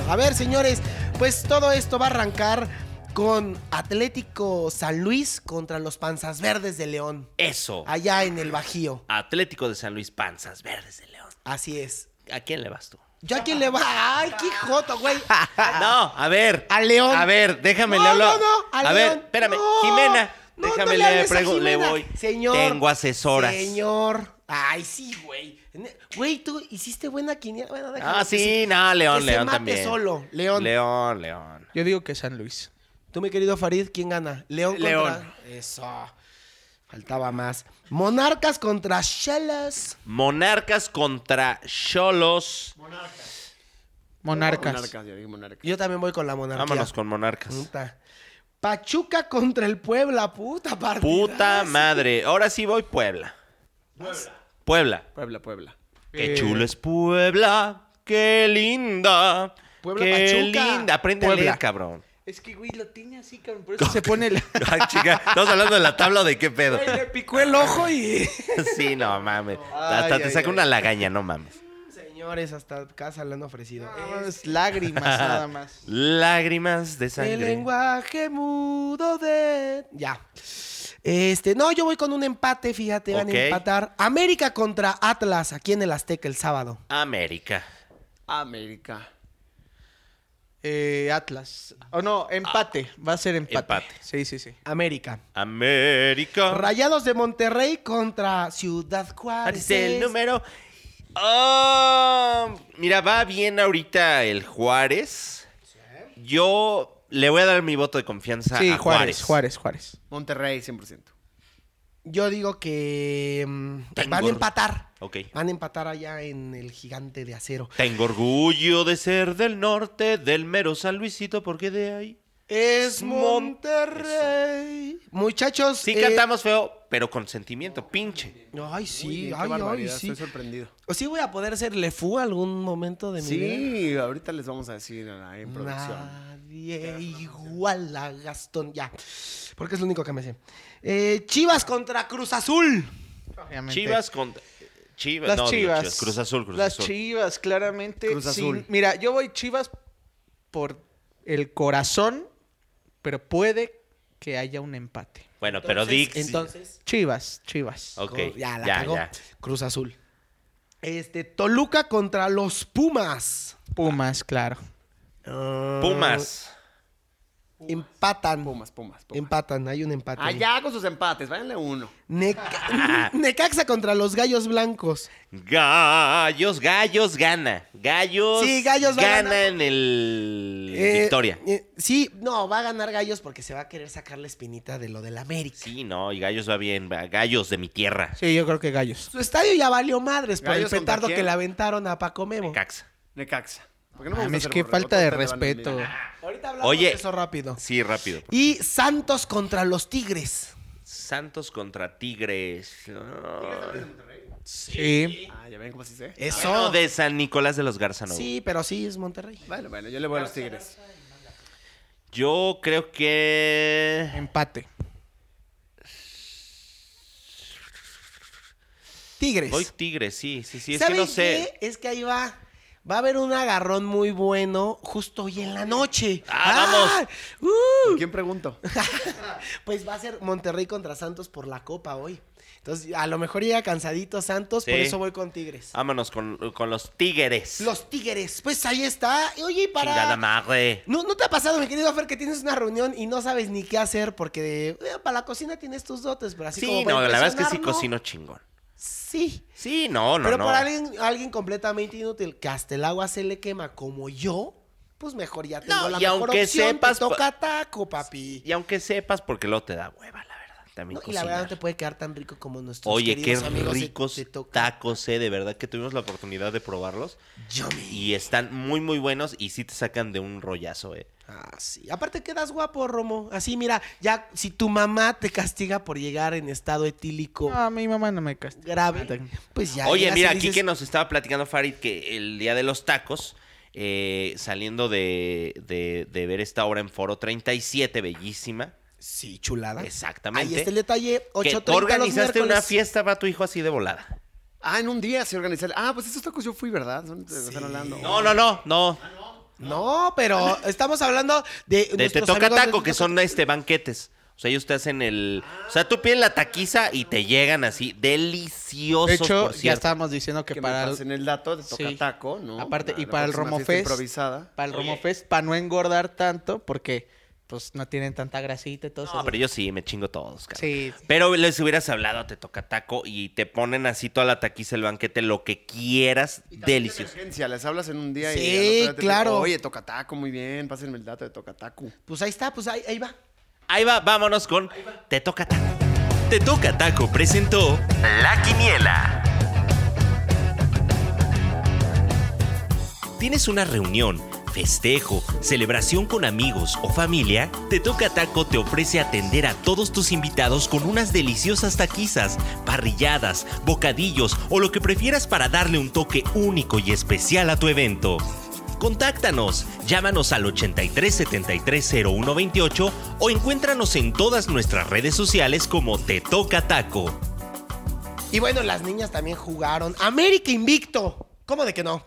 A ver, señores, pues todo esto va a arrancar con Atlético San Luis contra los Panzas Verdes de León, Eso. allá en el Bajío. Atlético de San Luis Panzas Verdes de León. Así es. ¿A quién le vas tú? ¿Yo a quién le va? ¡Ay, qué joto, güey! No, a ver. Ah, A León. A ver, déjame No, le hablo. no, no, a a León. ver, espérame. No, Jimena, no, déjame no le, hables a prego- le Jimena. voy. Señor. Tengo asesoras. Señor. Ay, sí, güey. Ne- Güey, tú hiciste buena quiniela. Bueno, déjame Ah, sí, que se- no, León, que se León mate también. solo, León. León, León. Yo digo que San Luis. Tú, mi querido Farid, ¿quién gana? León contra... León. Eso. Faltaba más. Monarcas contra Shellas. Monarcas contra Cholos. Monarcas. Monarcas, ya dije monarcas. Yo también voy con la monarquía. Vámonos con Monarcas. Puta. Pachuca contra el Puebla, puta partida. Ah, Puta madre. Ahora sí voy Puebla. Puebla. Puebla. Puebla, Puebla. Qué Eh. chulo es Puebla. Qué linda. Puebla, qué Pachuca. linda. Aprende Puebla. a leer, cabrón. Es que, güey, lo tiene así, cabrón. Por eso se pone la... Ay, chica, estamos hablando de la tabla o de qué pedo. Le picó el ojo y... Sí, no mames. Ay, Hasta te ay, saca ay. una lagaña, no mames. Señores, hasta casa le han ofrecido. Ah, Es lágrimas, nada más. Lágrimas de El sangre. lenguaje mudo de. Ya. Este, no, yo voy con un empate, fíjate, van Ok. a empatar. América contra Atlas, aquí en el Azteca el sábado. América. América. Eh, Atlas. O no, empate. Va a ser empate. Empate. Sí, sí, sí. América. América. Rayados de Monterrey contra Ciudad Juárez. Es el número. Ah, mira, va bien ahorita el Juárez. Yo le voy a dar mi voto de confianza Sí, a Juárez, Juárez, Juárez. Monterrey, 100%. Yo digo que mm, Tengo van a or- empatar. Ok. Van a empatar allá en el gigante de acero. Tengo orgullo de ser del norte, del mero San Luisito, porque de ahí. Es Monterrey. Muchachos. Sí, eh, cantamos feo, pero con sentimiento, pinche. Ay, sí, Muy bien, qué ay, ay, barbaridad, sí. Estoy sorprendido. ¿O sí voy a poder ser Lefú algún momento de mi vida? Sí, ahorita les vamos a decir ah, en producción. Nadie igual a Gastón. Ya. Porque es lo único que me sé. Eh, Chivas contra Cruz Azul. Obviamente. Chivas con. Chivas. Las no, digo Chivas. Cruz Azul, Cruz Las Azul. Chivas, claramente. Cruz sin- Azul. mira, yo voy Chivas por el corazón, pero puede que haya un empate. Bueno, pero Dix. Entonces. Chivas, Chivas. Ok, Co- Ya la ya, cagó. ya. Cruz Azul. Este, Toluca contra los Pumas. Pumas, claro. Ah, Pumas. Empatan. Pumas, Pumas, Pumas. Empatan, hay un empate. Allá con sus empates, váyanle uno. Ah. Neca- Necaxa contra los Gallos Blancos. Gallos, Gallos gana. Gallos, Sí, Gallos va gana ganando. en el Eh, Victoria. eh, sí, no, va a ganar Gallos porque se va a querer sacar la espinita de lo del América. Sí, no, y Gallos va bien. va- Gallos de mi tierra. Sí, yo creo que Gallos. Su estadio ya valió madres por Gallos el contra petardo quién? que le aventaron a Paco Memo. Caxa. Necaxa. ¿Por qué no me gusta Mames, ser qué borrego? falta de Todos te van a respeto. eliminar. Ahorita hablamos Oye. de eso rápido. Sí, rápido. Y Santos contra los Tigres. Santos contra Tigres. No, Sí. Ah, ya ven cómo así se. Eh. dice. Eso. No, de San Nicolás de los Garzanos. Sí, pero sí es Monterrey. Bueno, bueno, yo le voy a los tigres. Yo creo que. Empate. Tigres. Voy Tigres, sí, sí, sí. Es que ¿Saben no sé. qué? Es que ahí va. Va a haber un agarrón muy bueno justo hoy en la noche. Ah, vamos! ¿Con quién pregunto? pues va a ser Monterrey contra Santos por la Copa hoy. Entonces, a lo mejor llega cansadito Santos, por Sí. eso voy con Tigres. Vámonos con, con los Tigres. Los Tigres, pues ahí está. Oye, y para... Chingada madre. ¿No, ¿No te ha pasado, mi querido Fer, que tienes una reunión y no sabes ni qué hacer porque eh, para la cocina tienes tus dotes, pero así como Sí, para no, la verdad es que sí impresionar, ¿no? cocino chingón. Sí. Sí, no, no, pero no. para alguien, alguien completamente inútil que hasta el agua se le quema como yo, pues mejor ya tengo No, la y mejor aunque opción. te sepas, pa- toca taco, papi. Y aunque sepas, porque luego te da hueva, la verdad. También No, y la cocinar. verdad no te puede quedar tan rico como nuestros Oye, qué queridos amigos de- ricos de Toca. tacos, eh. De verdad que tuvimos la oportunidad de probarlos. Yummy. Y están muy, muy buenos y sí te sacan de un rollazo, eh. Ah, sí. Aparte quedas guapo, Romo. Así, mira, ya si tu mamá te castiga por llegar en estado etílico No, mi mamá no me castiga. grave, pues ya. Ah, Oye, llegas y mira, le aquí dices, que nos estaba platicando Farid que el día de los tacos, eh, saliendo de, de- de ver esta obra en Foro 37, bellísima. Sí, chulada. Exactamente. Ahí está el detalle. que 8.30 tú organizaste los una miércoles. fiesta para tu hijo así de volada. Ah, en un día se organizó. el- Ah, pues esos tacos yo fui, ¿verdad? Son- te Están hablando. No, no, no, no. No, pero estamos hablando de. De te nuestros toca amigos de taco, Te que Toca son este banquetes. O sea, ellos te hacen el. O sea, tú pides la taquiza y te llegan así. Deliciosos. De hecho, por ya cierto. estábamos diciendo que, Que para me el, pasen el dato de toca Sí. taco, ¿no? Aparte, y la para el próxima Romo fiesta Fest. improvisada. para el Oye. Romo Fest, para no engordar tanto, porque pues no tienen tanta grasita y todo eso. No, pero yo sí, me chingo todos, cabrón. Sí. Pero les hubieras hablado, te toca taco y te ponen así toda la taquiza, el banquete, lo que quieras, delicioso. De emergencia, les hablas en un día y. Sí, al otro día te claro. dicen, Oye, toca taco, muy bien. Pásenme el dato de toca taco. Pues ahí está, pues ahí, ahí va. Ahí va, vámonos con Te toca taco. Te toca taco presentó La Quiniela. ¿Tienes una reunión, festejo, celebración con amigos o familia? Te Toca Taco te ofrece atender a todos tus invitados con unas deliciosas taquizas, parrilladas, bocadillos o lo que prefieras para darle un toque único y especial a tu evento. Contáctanos, llámanos al 83 73 01 28 o encuéntranos en todas nuestras redes sociales como Te Toca Taco. Y bueno, las niñas también jugaron. América invicto. ¿Cómo de que no?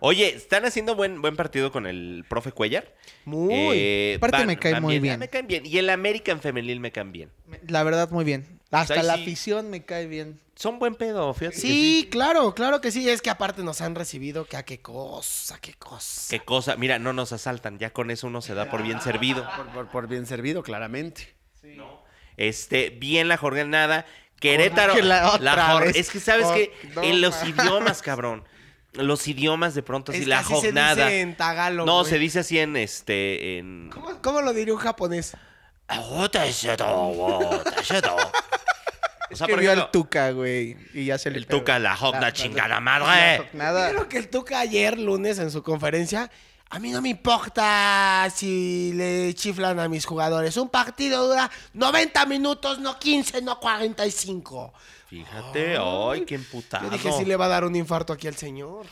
Oye, están haciendo buen, buen partido con el profe Cuellar. Muy. aparte me cae muy bien. bien. Ah, me caen bien. Y el American Femenil me caen bien. La verdad, muy bien. Hasta ahí la sí. afición me cae bien. Son buen pedo, fíjate. que Sí, claro, claro que sí. Es que aparte nos han recibido que a qué cosa, qué cosa. Qué cosa. Mira, no nos asaltan. Ya con eso uno se da por bien servido. Por, por- por bien servido, claramente. Este, bien la jornada. Querétaro. Que la otra jor- vez. Es que sabes Oh, que no en los mames. idiomas, cabrón. Los idiomas de pronto, Es así que la así se jornada. dice en tagalo, no, güey. se dice así en este. En... ¿Cómo, cómo lo diría un japonés? Ah, O Es sea, que por vio ejemplo, al Tuca, güey, y ya se le el pegó. Tuca, la jodna La- chingada la- madre. Eh. la jornada. Creo que el Tuca ayer, lunes, en su conferencia. A mí no me importa si le chiflan a mis jugadores. Un partido dura 90 minutos, no 15, no 45. Fíjate, ay, qué emputado. Yo dije, sí le va a dar un infarto aquí al señor.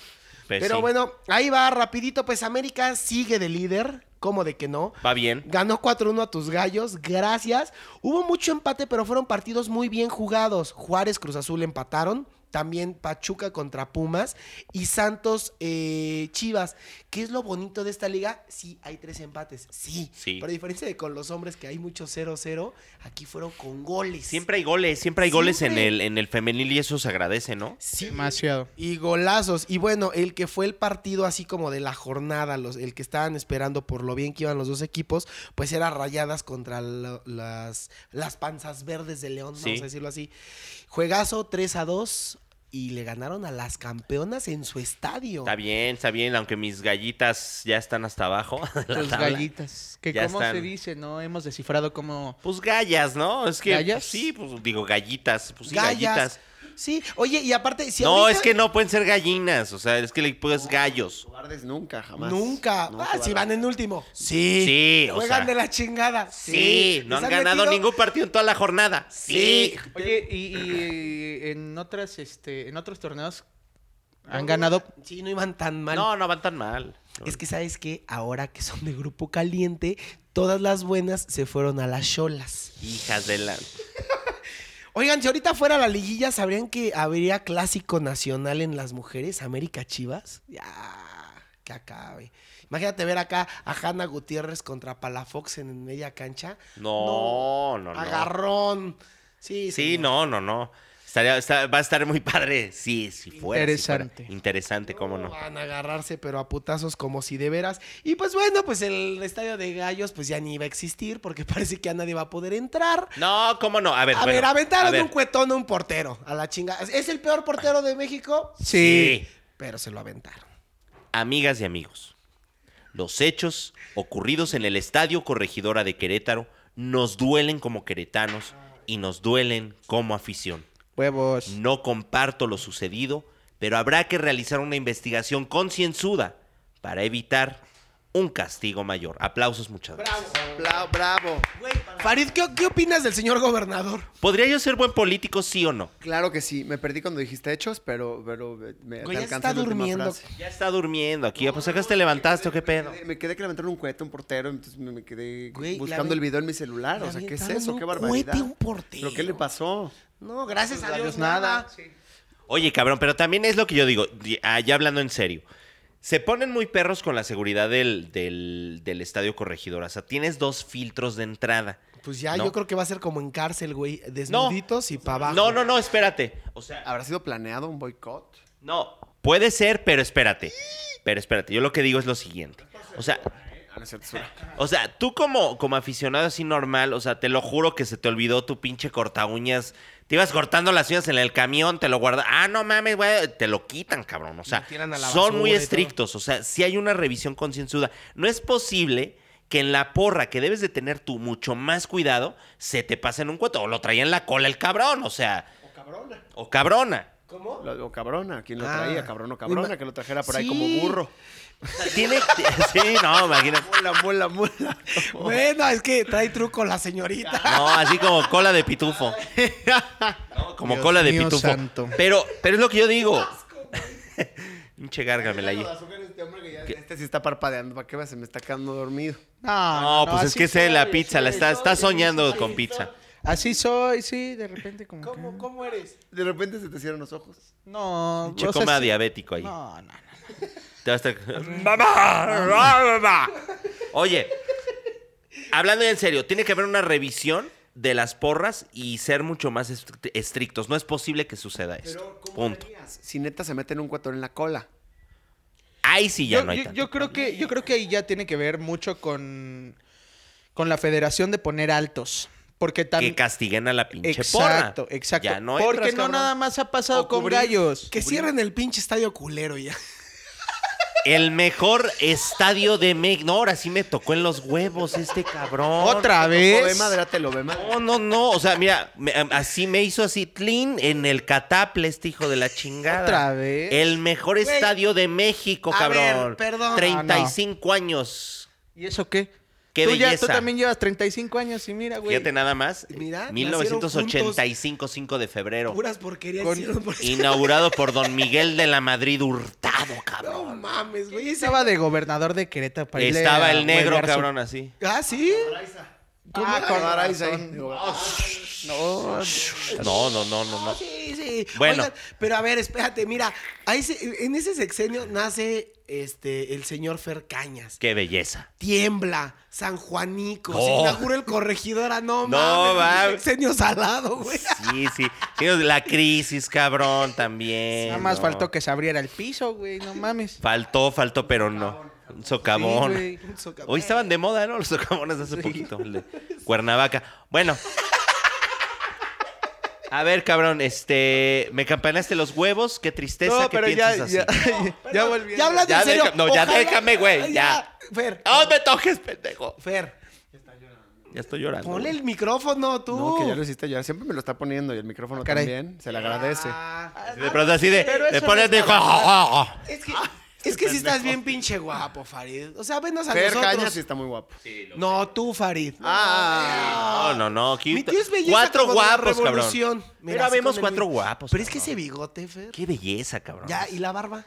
Pues Pero sí. bueno, ahí va rapidito, pues América sigue de líder, ¿cómo de que no? Va bien. Ganó 4-1 a tus gallos, gracias. Hubo mucho empate, pero fueron partidos muy bien jugados. Juárez Cruz Azul empataron. También Pachuca contra Pumas y Santos eh, Chivas. ¿Qué es lo bonito de esta liga? Sí, hay tres empates. Sí. Sí. Pero a diferencia de con los hombres, que hay mucho 0-0, aquí fueron con goles. Siempre hay goles, siempre hay goles en Siempre. el, en el femenil y eso se agradece, ¿no? Sí. Demasiado. Y golazos. Y bueno, el que fue el partido así como de la jornada, los, el que estaban esperando por lo bien que iban los dos equipos, pues era rayadas contra lo- las, las panzas verdes de León, Sí. vamos a decirlo así. Juegazo 3 a 2 y le ganaron a las campeonas en su estadio. Está bien, está bien, aunque mis gallitas ya están hasta abajo. de la Los tabla. gallitas. Que Ya cómo se están. dice, no hemos descifrado cómo... Pues gallas, ¿no? Es que ¿Gallas? sí, pues digo gallitas, pues sí, Gallas, gallitas. Sí, oye, y aparte, si no, ahorita- es que no pueden ser gallinas. O sea, es que le puedes gallos. Cobardes nunca, jamás. Nunca. No, Ah, si cobardes. van en último. Sí, o Juegan sea, de la chingada. Sí, no les han ganado metido- ningún partido en toda la jornada. Sí. Oye, y, y en otras, este, en otros torneos han ganado. Sí, no iban tan mal. No, no van tan mal. Es que sabes que ahora que son de grupo caliente, todas las buenas se fueron a las cholas. Hijas de la. Oigan, si ahorita fuera la liguilla, ¿sabrían que habría clásico nacional en las mujeres? América Chivas. Ya, que acabe. Imagínate ver acá a Hanna Gutiérrez contra Palafox en media cancha. No, no, no. Agarrón. Sí, Sí, señor. no, no, no. Estaría, está- va a estar muy padre. Sí, si fuera. si fuera. Interesante. Interesante, cómo no. Van a agarrarse, pero a putazos como si de veras. Y pues bueno, pues el estadio de gallos pues ya ni iba a existir porque parece que a nadie va a poder entrar. No, cómo no. A ver, A bueno, ver, aventaron a ver. un cuetón a un portero. A la chinga. ¿Es el peor portero de México? Sí. Pero se lo aventaron. Amigas y amigos, los hechos ocurridos en el Estadio Corregidora de Querétaro nos duelen como queretanos y nos duelen como afición. Huevos. No comparto lo sucedido, pero habrá que realizar una investigación concienzuda para evitar un castigo mayor. Aplausos, muchas gracias. Bla- bravo. Farid, ¿qué, qué opinas del señor gobernador? ¿Podría yo ser buen político, sí o no? Claro que sí. Me perdí cuando dijiste hechos, pero, pero me- me Güey, ya alcanzó está la última durmiendo. frase. Ya está durmiendo aquí. Pues acá te levantaste, ¿o qué pedo? Me quedé que levantaron un cohete a un portero, entonces me, me quedé Güey, buscando la- el video en mi celular. le O sea, ¿qué es aventaron eso? un ¡Qué barbaridad! cohete a un portero. ¿Pero qué le pasó? No, gracias a Pues, Dios, adiós, nada. nada. Oye, cabrón, pero también es lo que yo digo, di- ah, ya hablando en serio. Se ponen muy perros con la seguridad del, del- del estadio corregidora. O sea, tienes dos filtros de entrada. Pues ya, No. yo creo que va a ser como en cárcel, güey. Desnuditos y para abajo. No, no, no, espérate. O sea, ¿Habrá sido planeado un boicot? no, puede ser, pero espérate. Pero espérate, yo lo que digo es lo siguiente. O sea, Ah, no es cierto, es una- o sea, tú como, como aficionado así normal, o sea, te lo juro que se te olvidó tu pinche corta uñas. Te ibas cortando las uñas en el camión, te lo guardas. Ah, no mames, güey, te lo quitan, cabrón. O sea, Lo tiran a la son muy basura y todo. estrictos. O sea, si hay una revisión concienzuda. No es posible que en la porra que debes de tener tú mucho más cuidado, se te pase en un cueto. O lo traía en la cola el cabrón, o sea. O cabrona. O cabrona. ¿Cómo? lo- O cabrona, ¿quién lo Ah. traía? Cabrón o cabrona, Ima- que lo trajera por ahí Sí. como burro. O sea, tiene. sí, no, imagínate. Muela, muela, muela. Bueno, es que trae truco la señorita. No, así como cola de pitufo. No, como cola de mío pitufo. santo. Pero, pero es lo que yo digo. Pinche gárgamela ahí. Este sí está parpadeando, ¿para qué va? Se me está quedando dormido. Ah, No, No, pues es así que es soy, la pizza, la sí, está, soy, está sí, soñando sí, con sí, pizza. Así soy, sí, de repente como que- ¿Cómo, ¿Cómo eres? De repente se te cierran los ojos. No, Che, o sea, coma sí- diabético ahí. No, no, no. Te va a estar... ¡Mamá! ¡Mamá! Oye, hablando en serio, tiene que haber una revisión de las porras y ser mucho más estrict- estrictos. No es posible que suceda esto. Punto. Si neta se meten un cuatón en la cola. Ahí sí ya yo, no hay yo- tanto. yo creo que yo creo que ahí ya tiene que ver mucho con con la Federación de poner altos, porque que también castiguen a la pinche porra. Exacto, exacto. Ya no porque entras, no cabrón. nada más ha pasado O con cubrir- gallos. Que cierren el pinche estadio culero ya. El mejor estadio de México. No, ahora sí me tocó en los huevos este cabrón. Otra Lo ve vez. madre, te lo ve madre. No, no, no. O sea, mira, me- am- así me hizo así tlin en el cataple este hijo de la chingada. Otra vez. El mejor estadio de México, a cabrón. ver, perdón. 35 años. ¿Y eso qué? Qué tú ya belleza. tú también llevas 35 años y mira, güey. Fíjate nada más. Mira, 1985, 5 de febrero. Puras porquerías Con- hicieron por eso. Inaugurado por don Miguel de la Madrid Hurtado, No cabrón. mames, güey. ese- Estaba de gobernador de Querétaro para irle Estaba a el negro, huevear su- cabrón, así. Ah, sí. Ah, con Araiza ahí. razón. Digo, No, No, no, no, no, no. Sí, sí. Bueno. Oigan, pero a ver, espérate, mira, a ese- en ese sexenio nace este el señor Fer Cañas. Qué belleza. Tiembla, San Juanico, se No. inaugura el corregidora, No, no, mames, va. un sexenio salado, güey. Sí, sí. Sí, La crisis, cabrón, también. Nada más ¿no? faltó que se abriera el piso, güey, no mames. Faltó, faltó, pero no. Un socavón. Sí, güey. Un socavón. Hoy estaban de moda, ¿no? Los socavones hace poquito. el de Cuernavaca. Bueno. A ver, cabrón, este. Me campanaste los huevos. Qué tristeza que piensas así. ya volví. Ya hablas de Ya serio. deja- no, ya déjame, güey, Ay, ya. Fer, ¡Ah, me toques, pendejo! Fer. Ya estoy llorando. Ponle el micrófono, tú. No, que ya lo hiciste ya. Siempre me lo está poniendo y el micrófono caray. también. Se le agradece. Así De pronto "Ah, así de, Pero le eso pones no es de- Es que, es que sí estás bien pinche guapo, Farid. O sea, venos a Fer nosotros. Cañas sí está muy guapo. No, tú, Farid. Ah, No, no, no. aquí- Ah. Mi tío es belleza cuatro como de la guapos, cabrón. revolución. Mira, Mira, así vemos con el cuatro mi- guapos. Pero es que cabrón. ese bigote, Fer. Qué belleza, cabrón. Ya, ¿y la barba?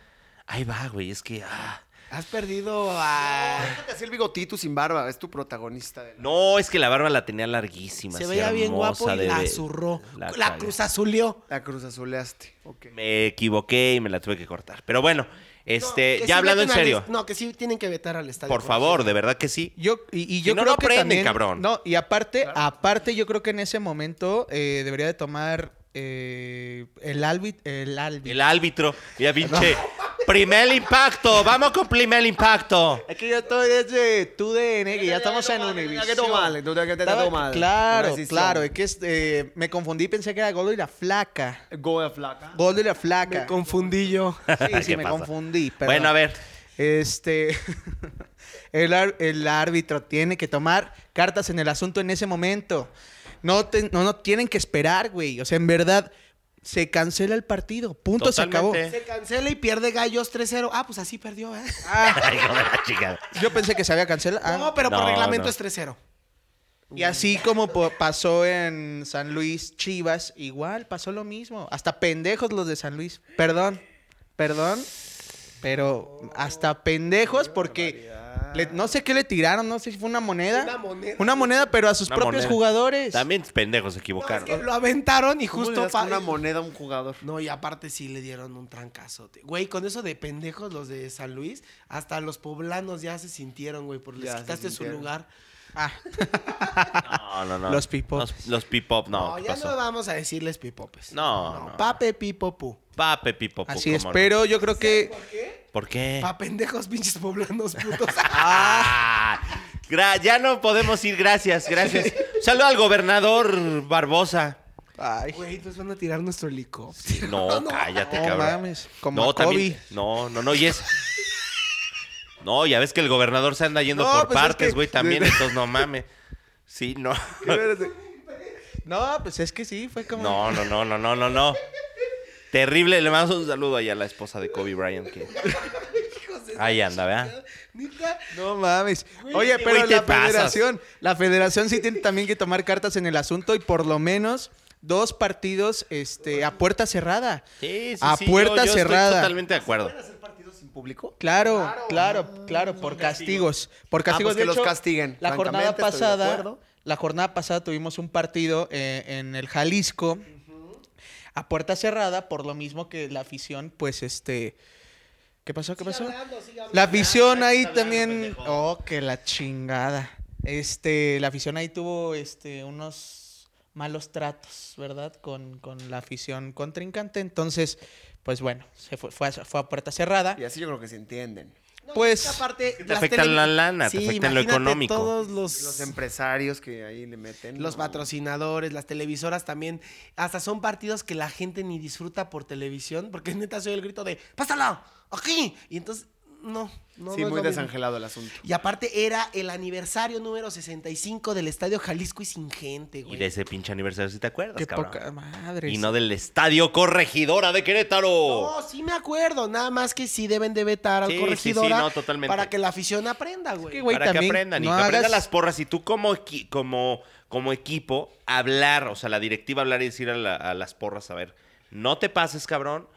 Ahí va, güey. Es que. ah. Has perdido a... Siento que así el bigotito sin barba es tu protagonista. de la- No, es que la barba la tenía larguísima. Se así, veía bien guapo hermosa y de- la de- zurró. La, cagué. cruz azulió. La cruz azuleaste. Ok. Me equivoqué y me la tuve que cortar. Pero bueno, este, No, ya que sí hablando en veten al serio. est- No, que sí tienen que vetar al estadio. por favor, de verdad que sí. Yo, y, y yo no, creo no que aprenden, también- cabrón. No, y aparte, aparte yo creo que en ese momento eh, debería de tomar eh, el albit, el albit. El árbitro. Ya pinche. Primer impacto. Vamos con primer impacto. Es que yo estoy desde tu DN, que ya estamos en Univision. Estaba- Claro, claro, es que este, me confundí, pensé que era Gordo y la Flaca. Go a flaca. Gordo y la Flaca. Me confundí yo. ¿Qué Sí, sí, me pasa? confundí. Bueno, a perdón. ver. Este. el, ar- el árbitro tiene que tomar cartas en el asunto en ese momento. No, te- no, no tienen que esperar, güey. O sea, en verdad, se cancela el partido. Punto, se acabó. Totalmente. Se cancela y pierde Gallos 3-0. Ah, pues así perdió, ¿eh? Ah, Ay, hijo de la chica. yo pensé que se había cancelado. Ah, no, pero por No, reglamento no. es 3-0. Y así como po- pasó en San Luis Chivas, igual pasó lo mismo. Hasta pendejos los de San Luis. Perdón, perdón. Pero hasta pendejos porque le- no sé qué le tiraron, no sé si fue una moneda. Una moneda. Una moneda, pero a sus Una propios moneda. jugadores. También pendejos se No, es Oh. equivocaron. que lo aventaron y Justo justo para una moneda a un jugador. No, y aparte sí le dieron un trancazote. Güey, con eso de pendejos los de San Luis, hasta los poblanos ya se sintieron, güey, porque les Ya se quitaste su sintieron. lugar. Ah, No, no, no. Los pipop. Los, los pipop, no. No, ¿qué ya pasó? no vamos a decirles pipopes. No, no. Pape pipopú. Pape pipop. así es. cómo no. Pero yo creo que ¿Por qué? Pa pendejos pinches poblanos putos. Ah, gra- ya no podemos ir, gracias, gracias. Saludo al gobernador Barbosa. ay, Güey, nos van a tirar nuestro helicóptero. No, cállate, No cabrón. mames, como no, a Kobe. No, no, no, y es. No, ya ves que el gobernador se anda yendo No, por pues es partes, que- güey, también, entonces no mames. Sí, no. no, pues es que sí, fue como No, no, no, no, no, no, no. Terrible, le mandamos un saludo ahí a la esposa de Kobe Bryant. Que... Ahí anda, ¿verdad? Neta, No mames. Oye, güey, pero te la pasas. federación, la federación sí tiene también que tomar cartas en el asunto y por lo menos dos partidos este, a puerta cerrada. Sí, sí, A sí, puerta yo- yo estoy cerrada. totalmente de acuerdo. hacer partidos sin público? Claro, claro, claro, por castigos. Por castigos pues que de los hecho, castiguen. La jornada Francamente, estoy de pasada, acuerdo. la jornada pasada tuvimos un partido eh, en el Jalisco a puerta cerrada, por lo mismo que la afición, pues, este. ¿Qué pasó? ¿Qué pasó? La afición ahí también. Oh, que la chingada. Este, la afición ahí tuvo este unos malos tratos, ¿verdad? Con, con la afición contrincante. Entonces, pues bueno, se fue, fue, a, fue a puerta cerrada. Y así yo creo que se entienden. Pues. aparte, Te las afecta tele- la lana, te Sí, afecta en lo imagínate económico. Todos los, Los empresarios que ahí le meten. Los ¿no? patrocinadores, las televisoras también. Hasta son partidos que la gente ni disfruta por televisión, porque neta soy el grito de ¡Pásala! ¡Aquí! Y entonces, no. no Sí, no es muy lo mismo. desangelado el asunto. Y aparte era el aniversario número 65 del Estadio Jalisco y sin gente, Y güey. de ese pinche aniversario, ¿sí te acuerdas, Qué cabrón? poca madre. Y no del Estadio Corregidora de Querétaro. No, sí me acuerdo. Nada más que sí deben de vetar al Sí, sí, sí, corregidora no, totalmente. para que la afición aprenda, güey. que, güey, para que también aprendan y no que aprendan hagas- las porras. Y tú como, equi- como, como equipo, hablar, o sea, la directiva hablar y decir a, la- a las porras, a ver, no te pases, cabrón,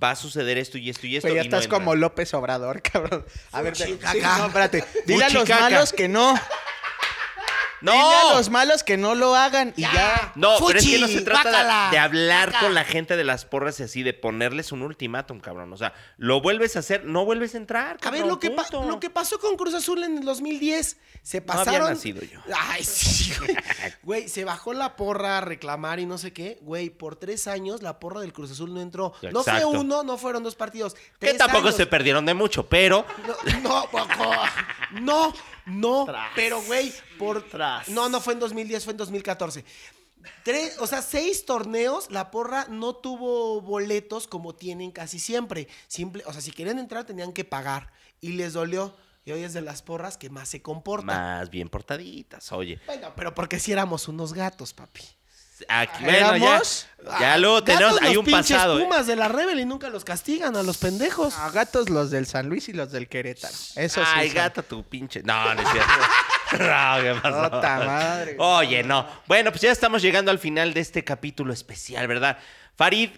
va a suceder esto y esto y esto. Pero ya y no estás entran. como López Obrador, cabrón. A ver, sí, Fuchicaca. no, espérate. Dile a los Fuchicaca. malos que no. ¡No! Dile a los malos que no lo hagan y ya. No, pero es que Fuchi, no se trata de- guácala, de hablar con la gente de las porras y así, de ponerles un ultimátum, cabrón. O sea, lo vuelves a hacer, no vuelves a entrar, A cabrón. ver, lo que, pa- punto. lo que pasó con Cruz Azul en el 2010, se había pasaron... nacido yo. Ay, sí, güey. Güey, se bajó la porra a reclamar y no sé qué. Güey, por tres años la porra del Cruz Azul no entró. No fue Exacto. uno, no fueron dos partidos. Que Tres tampoco años. se perdieron de mucho, pero No, no, poco. No, no. Pero, güey, por... Tras. No, no fue en 2010, fue en 2014. Tres, o sea, seis torneos, la porra no tuvo boletos como tienen casi siempre. Simple, o sea, si querían entrar tenían que pagar. Y les dolió. Y hoy es de las porras que más se comporta. Más bien portaditas, oye. Bueno, pero porque si éramos unos gatos, papi. Aquí, bueno, ya, Éramos- ya luego tenemos, Gatos hay los un pinches pasado. ¿eh? Ah, pumas de la Rebel y nunca los castigan a los pendejos. A gatos los del San Luis y los del Querétaro. Eso sí. Ay, son- gata, tu pinche. No, no es cierto. no, ¿qué pasó? Puta madre. Oye, no. Bueno, pues ya estamos llegando al final de este capítulo especial, ¿verdad? Farid,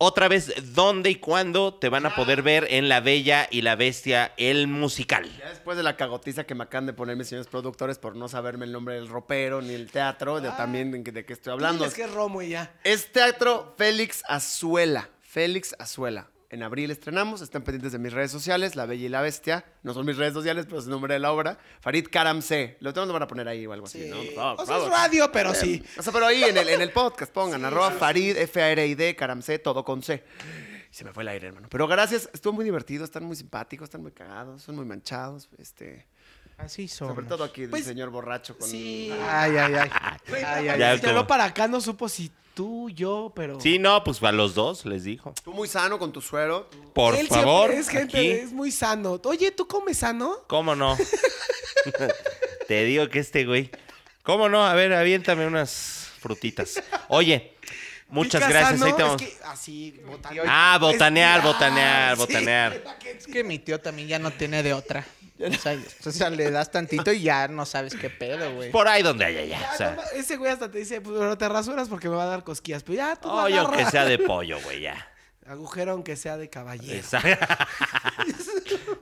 otra vez, ¿dónde y cuándo te van a poder ver en La Bella y la Bestia, el musical? Ya después de la cagotiza que me acaban de poner mis señores productores por no saberme el nombre del ropero ni el teatro, de también de, de qué estoy hablando. Ah. Es que es Romo y ya. Es teatro Félix Azuela. Félix Azuela. En abril estrenamos, están pendientes de mis redes sociales, La Bella y la Bestia. No son mis redes sociales, pero es el nombre de la obra. Farid Karamse. Lo tengo, lo van a poner ahí o algo así, Sí. ¿no? Por favor, O por sea, es favor. radio, Eh, pero sí. O sea, pero ahí en el, en el podcast pongan arroba Farid, F-A-R-I-D, Karamse, todo con C. Se me fue el aire, hermano. Pero gracias, estuvo muy divertido, están muy simpáticos, están muy cagados, son muy manchados. Este, Así son. sobre todo aquí Pues, el señor borracho con... sí. Ay, ay, ay. Ay, ay, Ya, Instaló como- para acá, no supo si tú, yo, pero. Sí, no, pues a los dos les dijo. Tú muy sano con tu suero. Por Él siempre favor, Es gente, aquí. es muy sano. Oye, ¿tú comes sano? ¿Cómo no? Te digo que este güey. ¿Cómo no? A ver, aviéntame unas frutitas. Oye, muchas ¿Picas gracias. sano? Ahí te vamos. Es que así, botan- Ah, botanear, Es- botanear, Ah, sí. botanear. Es que mi tío también ya no tiene de otra. O sea, o sea, le das tantito y ya no sabes qué pedo, güey. Por ahí donde haya ya. O Ah, no sea, ma- ese güey hasta te dice, pues, pero te rasuras porque me va a dar cosquillas. Pero ya tú oh, lo yo que agarras. sea de pollo, güey, ya. Agujero aunque sea de caballero. Esa-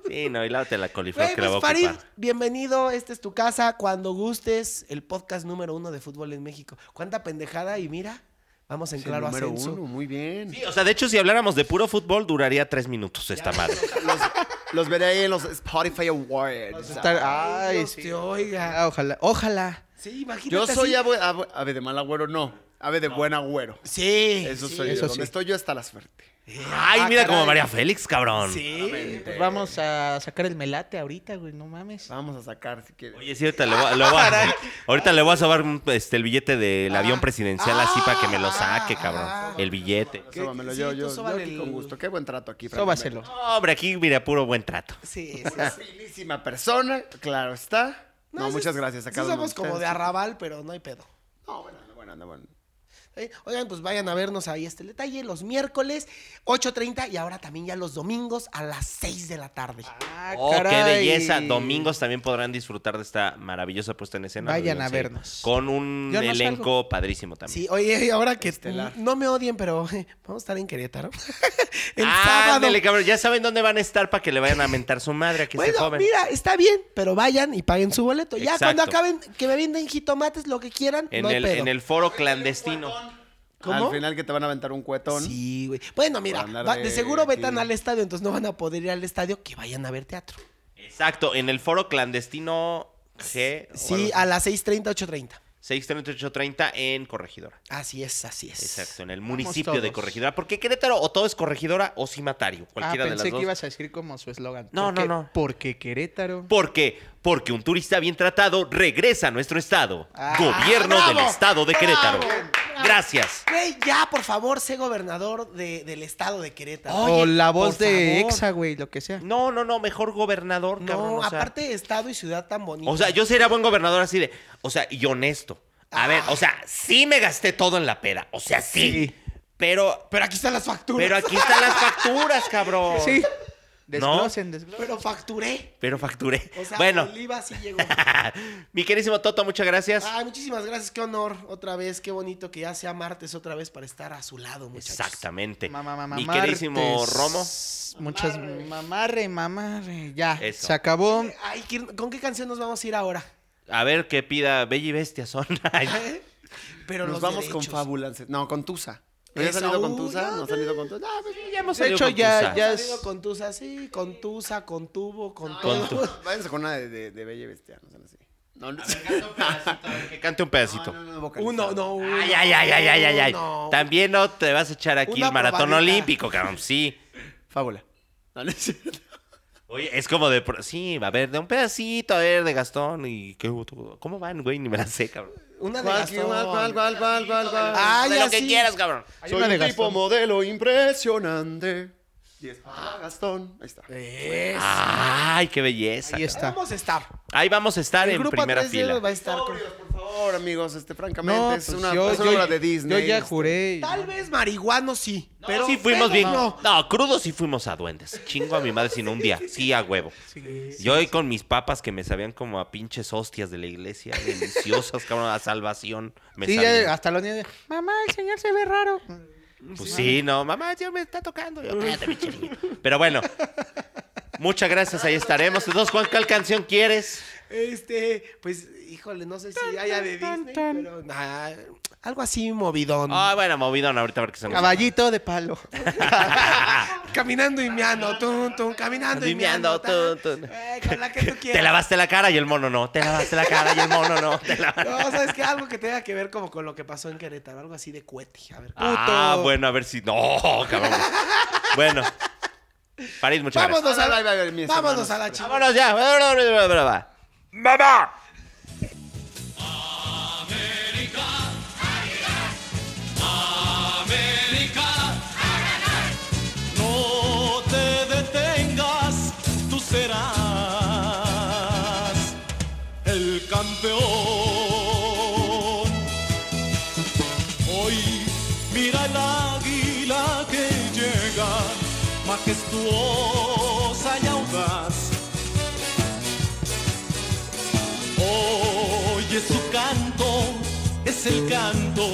Sí, no, y lávate la coliflor Güey, que la voy pues a Farid, ocupar. bienvenido. Esta es tu casa. Cuando gustes, el podcast número uno de fútbol en México. Cuánta pendejada y mira, vamos en Es el claro número ascenso. uno, muy bien. Sí, o sea, de hecho, si habláramos de puro fútbol, duraría tres minutos esta madre. Los, los veré ahí en los Spotify Awards. Está- Ay, Ay, Dios sí. te oiga. Ah, ojalá, ojalá. Sí, imagínate. Yo soy así. abue- abue- ave de mal agüero, no. Ave de buen agüero. Sí. Eso sí, soy eso yo. sí. Donde estoy yo está la suerte. Ay, mira como María Félix, cabrón. Ah, Sí. Pues vamos a sacar el melate ahorita, güey, no mames. Ah, Vamos a sacar si quieres. Oye, sí, ahorita le voy, a- le voy Ah, a, ahorita le voy a sobar un, este, el billete del avión presidencial así para que me lo saque, Ah. cabrón. El billete. Sóbamelo, sí, yo, tú yo, yo sóbale aquí el- con gusto. Qué buen trato aquí. Sóbaselo. No, hombre, aquí, mira, puro buen trato. Sí, sí. francamente. Finísima persona, claro está. No, sí, muchas gracias a sí cada uno somos como de ustedes. arrabal, pero no hay pedo. No, bueno, anda bueno, anda bueno. Eh, Oigan, pues vayan a vernos ahí este detalle los miércoles 8.30 y ahora también ya los domingos a las 6 de la tarde. Ah, Oh, qué caray. belleza. Domingos también podrán disfrutar de esta maravillosa puesta en escena. lo Vayan digo en a serio. vernos. Con un Yo no salgo. elenco padrísimo también. Sí, oye, y ahora que Ah, Estelar. no me odien, pero eh, vamos a estar en Querétaro. el sábado. Ándale, cabrón. Ya saben dónde van a estar para que le vayan a mentar su madre a que se Bueno, joven. mira, está bien, pero vayan y paguen su boleto. Ya Exacto. cuando acaben, que me venden jitomates, lo que quieran, en, no hay el, pedo. en el foro clandestino. ¿Cómo? Al final que te van a aventar un cuetón. Sí, güey. Bueno, mira, Por andar va- de, de seguro aquí. vetan al estadio, entonces no van a poder ir al estadio, que vayan a ver teatro. Exacto, en el foro clandestino G. o algo Sí, así. a las 6.30, 8.30. 63830 en Corregidora. Así es, así es. Exacto, en el Vamos municipio de todos. Corregidora. Porque Querétaro o todo es Corregidora o Cimatario, Ah, cualquiera de las pensé dos. que ibas a decir como su eslogan. No, ¿Por no, qué? no. Porque Querétaro. ¿Por qué? Porque un turista bien tratado regresa a nuestro estado. Ah, Gobierno bravo, del estado de Querétaro. bravo. Gracias. Güey, ya, por favor, sé gobernador de- del estado de Querétaro. Oye, o la por voz de favor. Exa, güey, lo que sea. No, no, no, mejor gobernador, no, cabrón. o sea. aparte estado y ciudad tan bonita. O sea, yo sería buen gobernador así de. O sea, y honesto. A ver, o Ah. sea, sí me gasté todo en la peda. O sea, sí. Sí. Pero. Pero aquí están las facturas. Pero aquí están las facturas, cabrón. Sí. Desglosen, desglosen. Pero facturé. Pero facturé. O sea, bueno, el IVA sí llegó. mi querísimo Toto, muchas gracias. Ay, muchísimas gracias, qué honor otra vez, qué bonito que ya sea martes otra vez para estar a su lado, muchachos. Exactamente. Mamá, mamá, mi martes. querísimo Romo. Muchas mamarre, mamarre. Ya, Eso. se acabó. Eh, Ay, ¿qué- ¿con qué canción nos vamos a ir ahora? A ver qué pida Bella y Bestia son. Ay, Pero Nos los vamos derechos. con Fabulances. No, con Tusa. ¿No ¿Ya Esa, has salido uy, con ya, Tusa? ¿No has salido con Tusa? Ah, pues ya hemos De salido hecho, con ya- Tusa. ya- Has salido con Tusa, sí, con Tusa, con Tubo, con Con todo. tu- Váyanse con una de, de, de Bella y Bestia, no sean así. No, no, Que cante un pedacito. No, no, no, vocalizado. Uno, no, uno. Ay, ay, ay, ay, ay, ay, ay. uno. También no te vas a echar aquí Una el maratón probadita. olímpico, cabrón. Sí. Fábula. No, no es cierto. Oye, es como de. pro- Sí, a ver, de un pedacito, a ver, de Gastón. y qué- ¿Cómo van, güey? Ni me la sé, cabrón. Una de ¿Cuál, Gastón. cuál, cuál, cuál, cuál, cuál, cuál? Ah, de ya lo que sí. quieras, cabrón. Soy un tipo modelo impresionante. 10 para Gastón. Ahí está. Es. Ay, qué belleza. Ahí está. Vamos a estar. Ahí vamos a estar en primera 3D fila. va a estar con- Sobrios, por favor, amigos. Este, francamente, No, es pues una, yo, es una yo- obra de Disney. Yo ya este. juré. Tal vez marihuano sí. pero sí fuimos pedo bien. No. No. crudos sí fuimos a duendes. Chingo a mi madre sino un día. Sí, a huevo. Yo hoy con mis papas que me sabían como a pinches hostias de la iglesia. Deliciosas, cabrón. A salvación. Me Sí, sabían. ya hasta los niños. Mamá, el señor se ve raro. Pues ah, sí, no, mamá, ya me está tocando. Yo, "Cállate, pinche niño". Pero bueno, muchas gracias, ahí estaremos. Entonces, Juan, ¿cuál canción quieres? Este, pues, híjole, no sé si haya de Disney, pero nah, algo así movidón. Ah, bueno, movidón ahorita a ver qué se nos- Caballito de palo. Caminando y meando, tum, tum, caminando y meando. Meando, ta, tum, tum. eh, con la que tú quieras. Te lavaste la cara y el mono no. Te lavaste la cara y el mono no. Te lava- No, sabes que algo que tenga que ver como con lo que pasó en Querétaro, algo así de cohete. A ver. Ah, bueno, a ver si. No, cabrón. Bueno. París, muchas gracias. Vámonos a Ay, ay, ay, mis la, vámonos hermanos. a la chica. Vámonos ya. ¡Mamá! No te detengas, tú serás el campeón. Hoy mira el águila que llega, majestuosa y audaz. Oye su canto, es el canto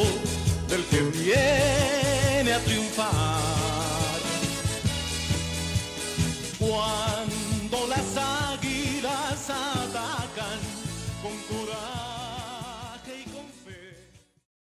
del que viene a triunfar.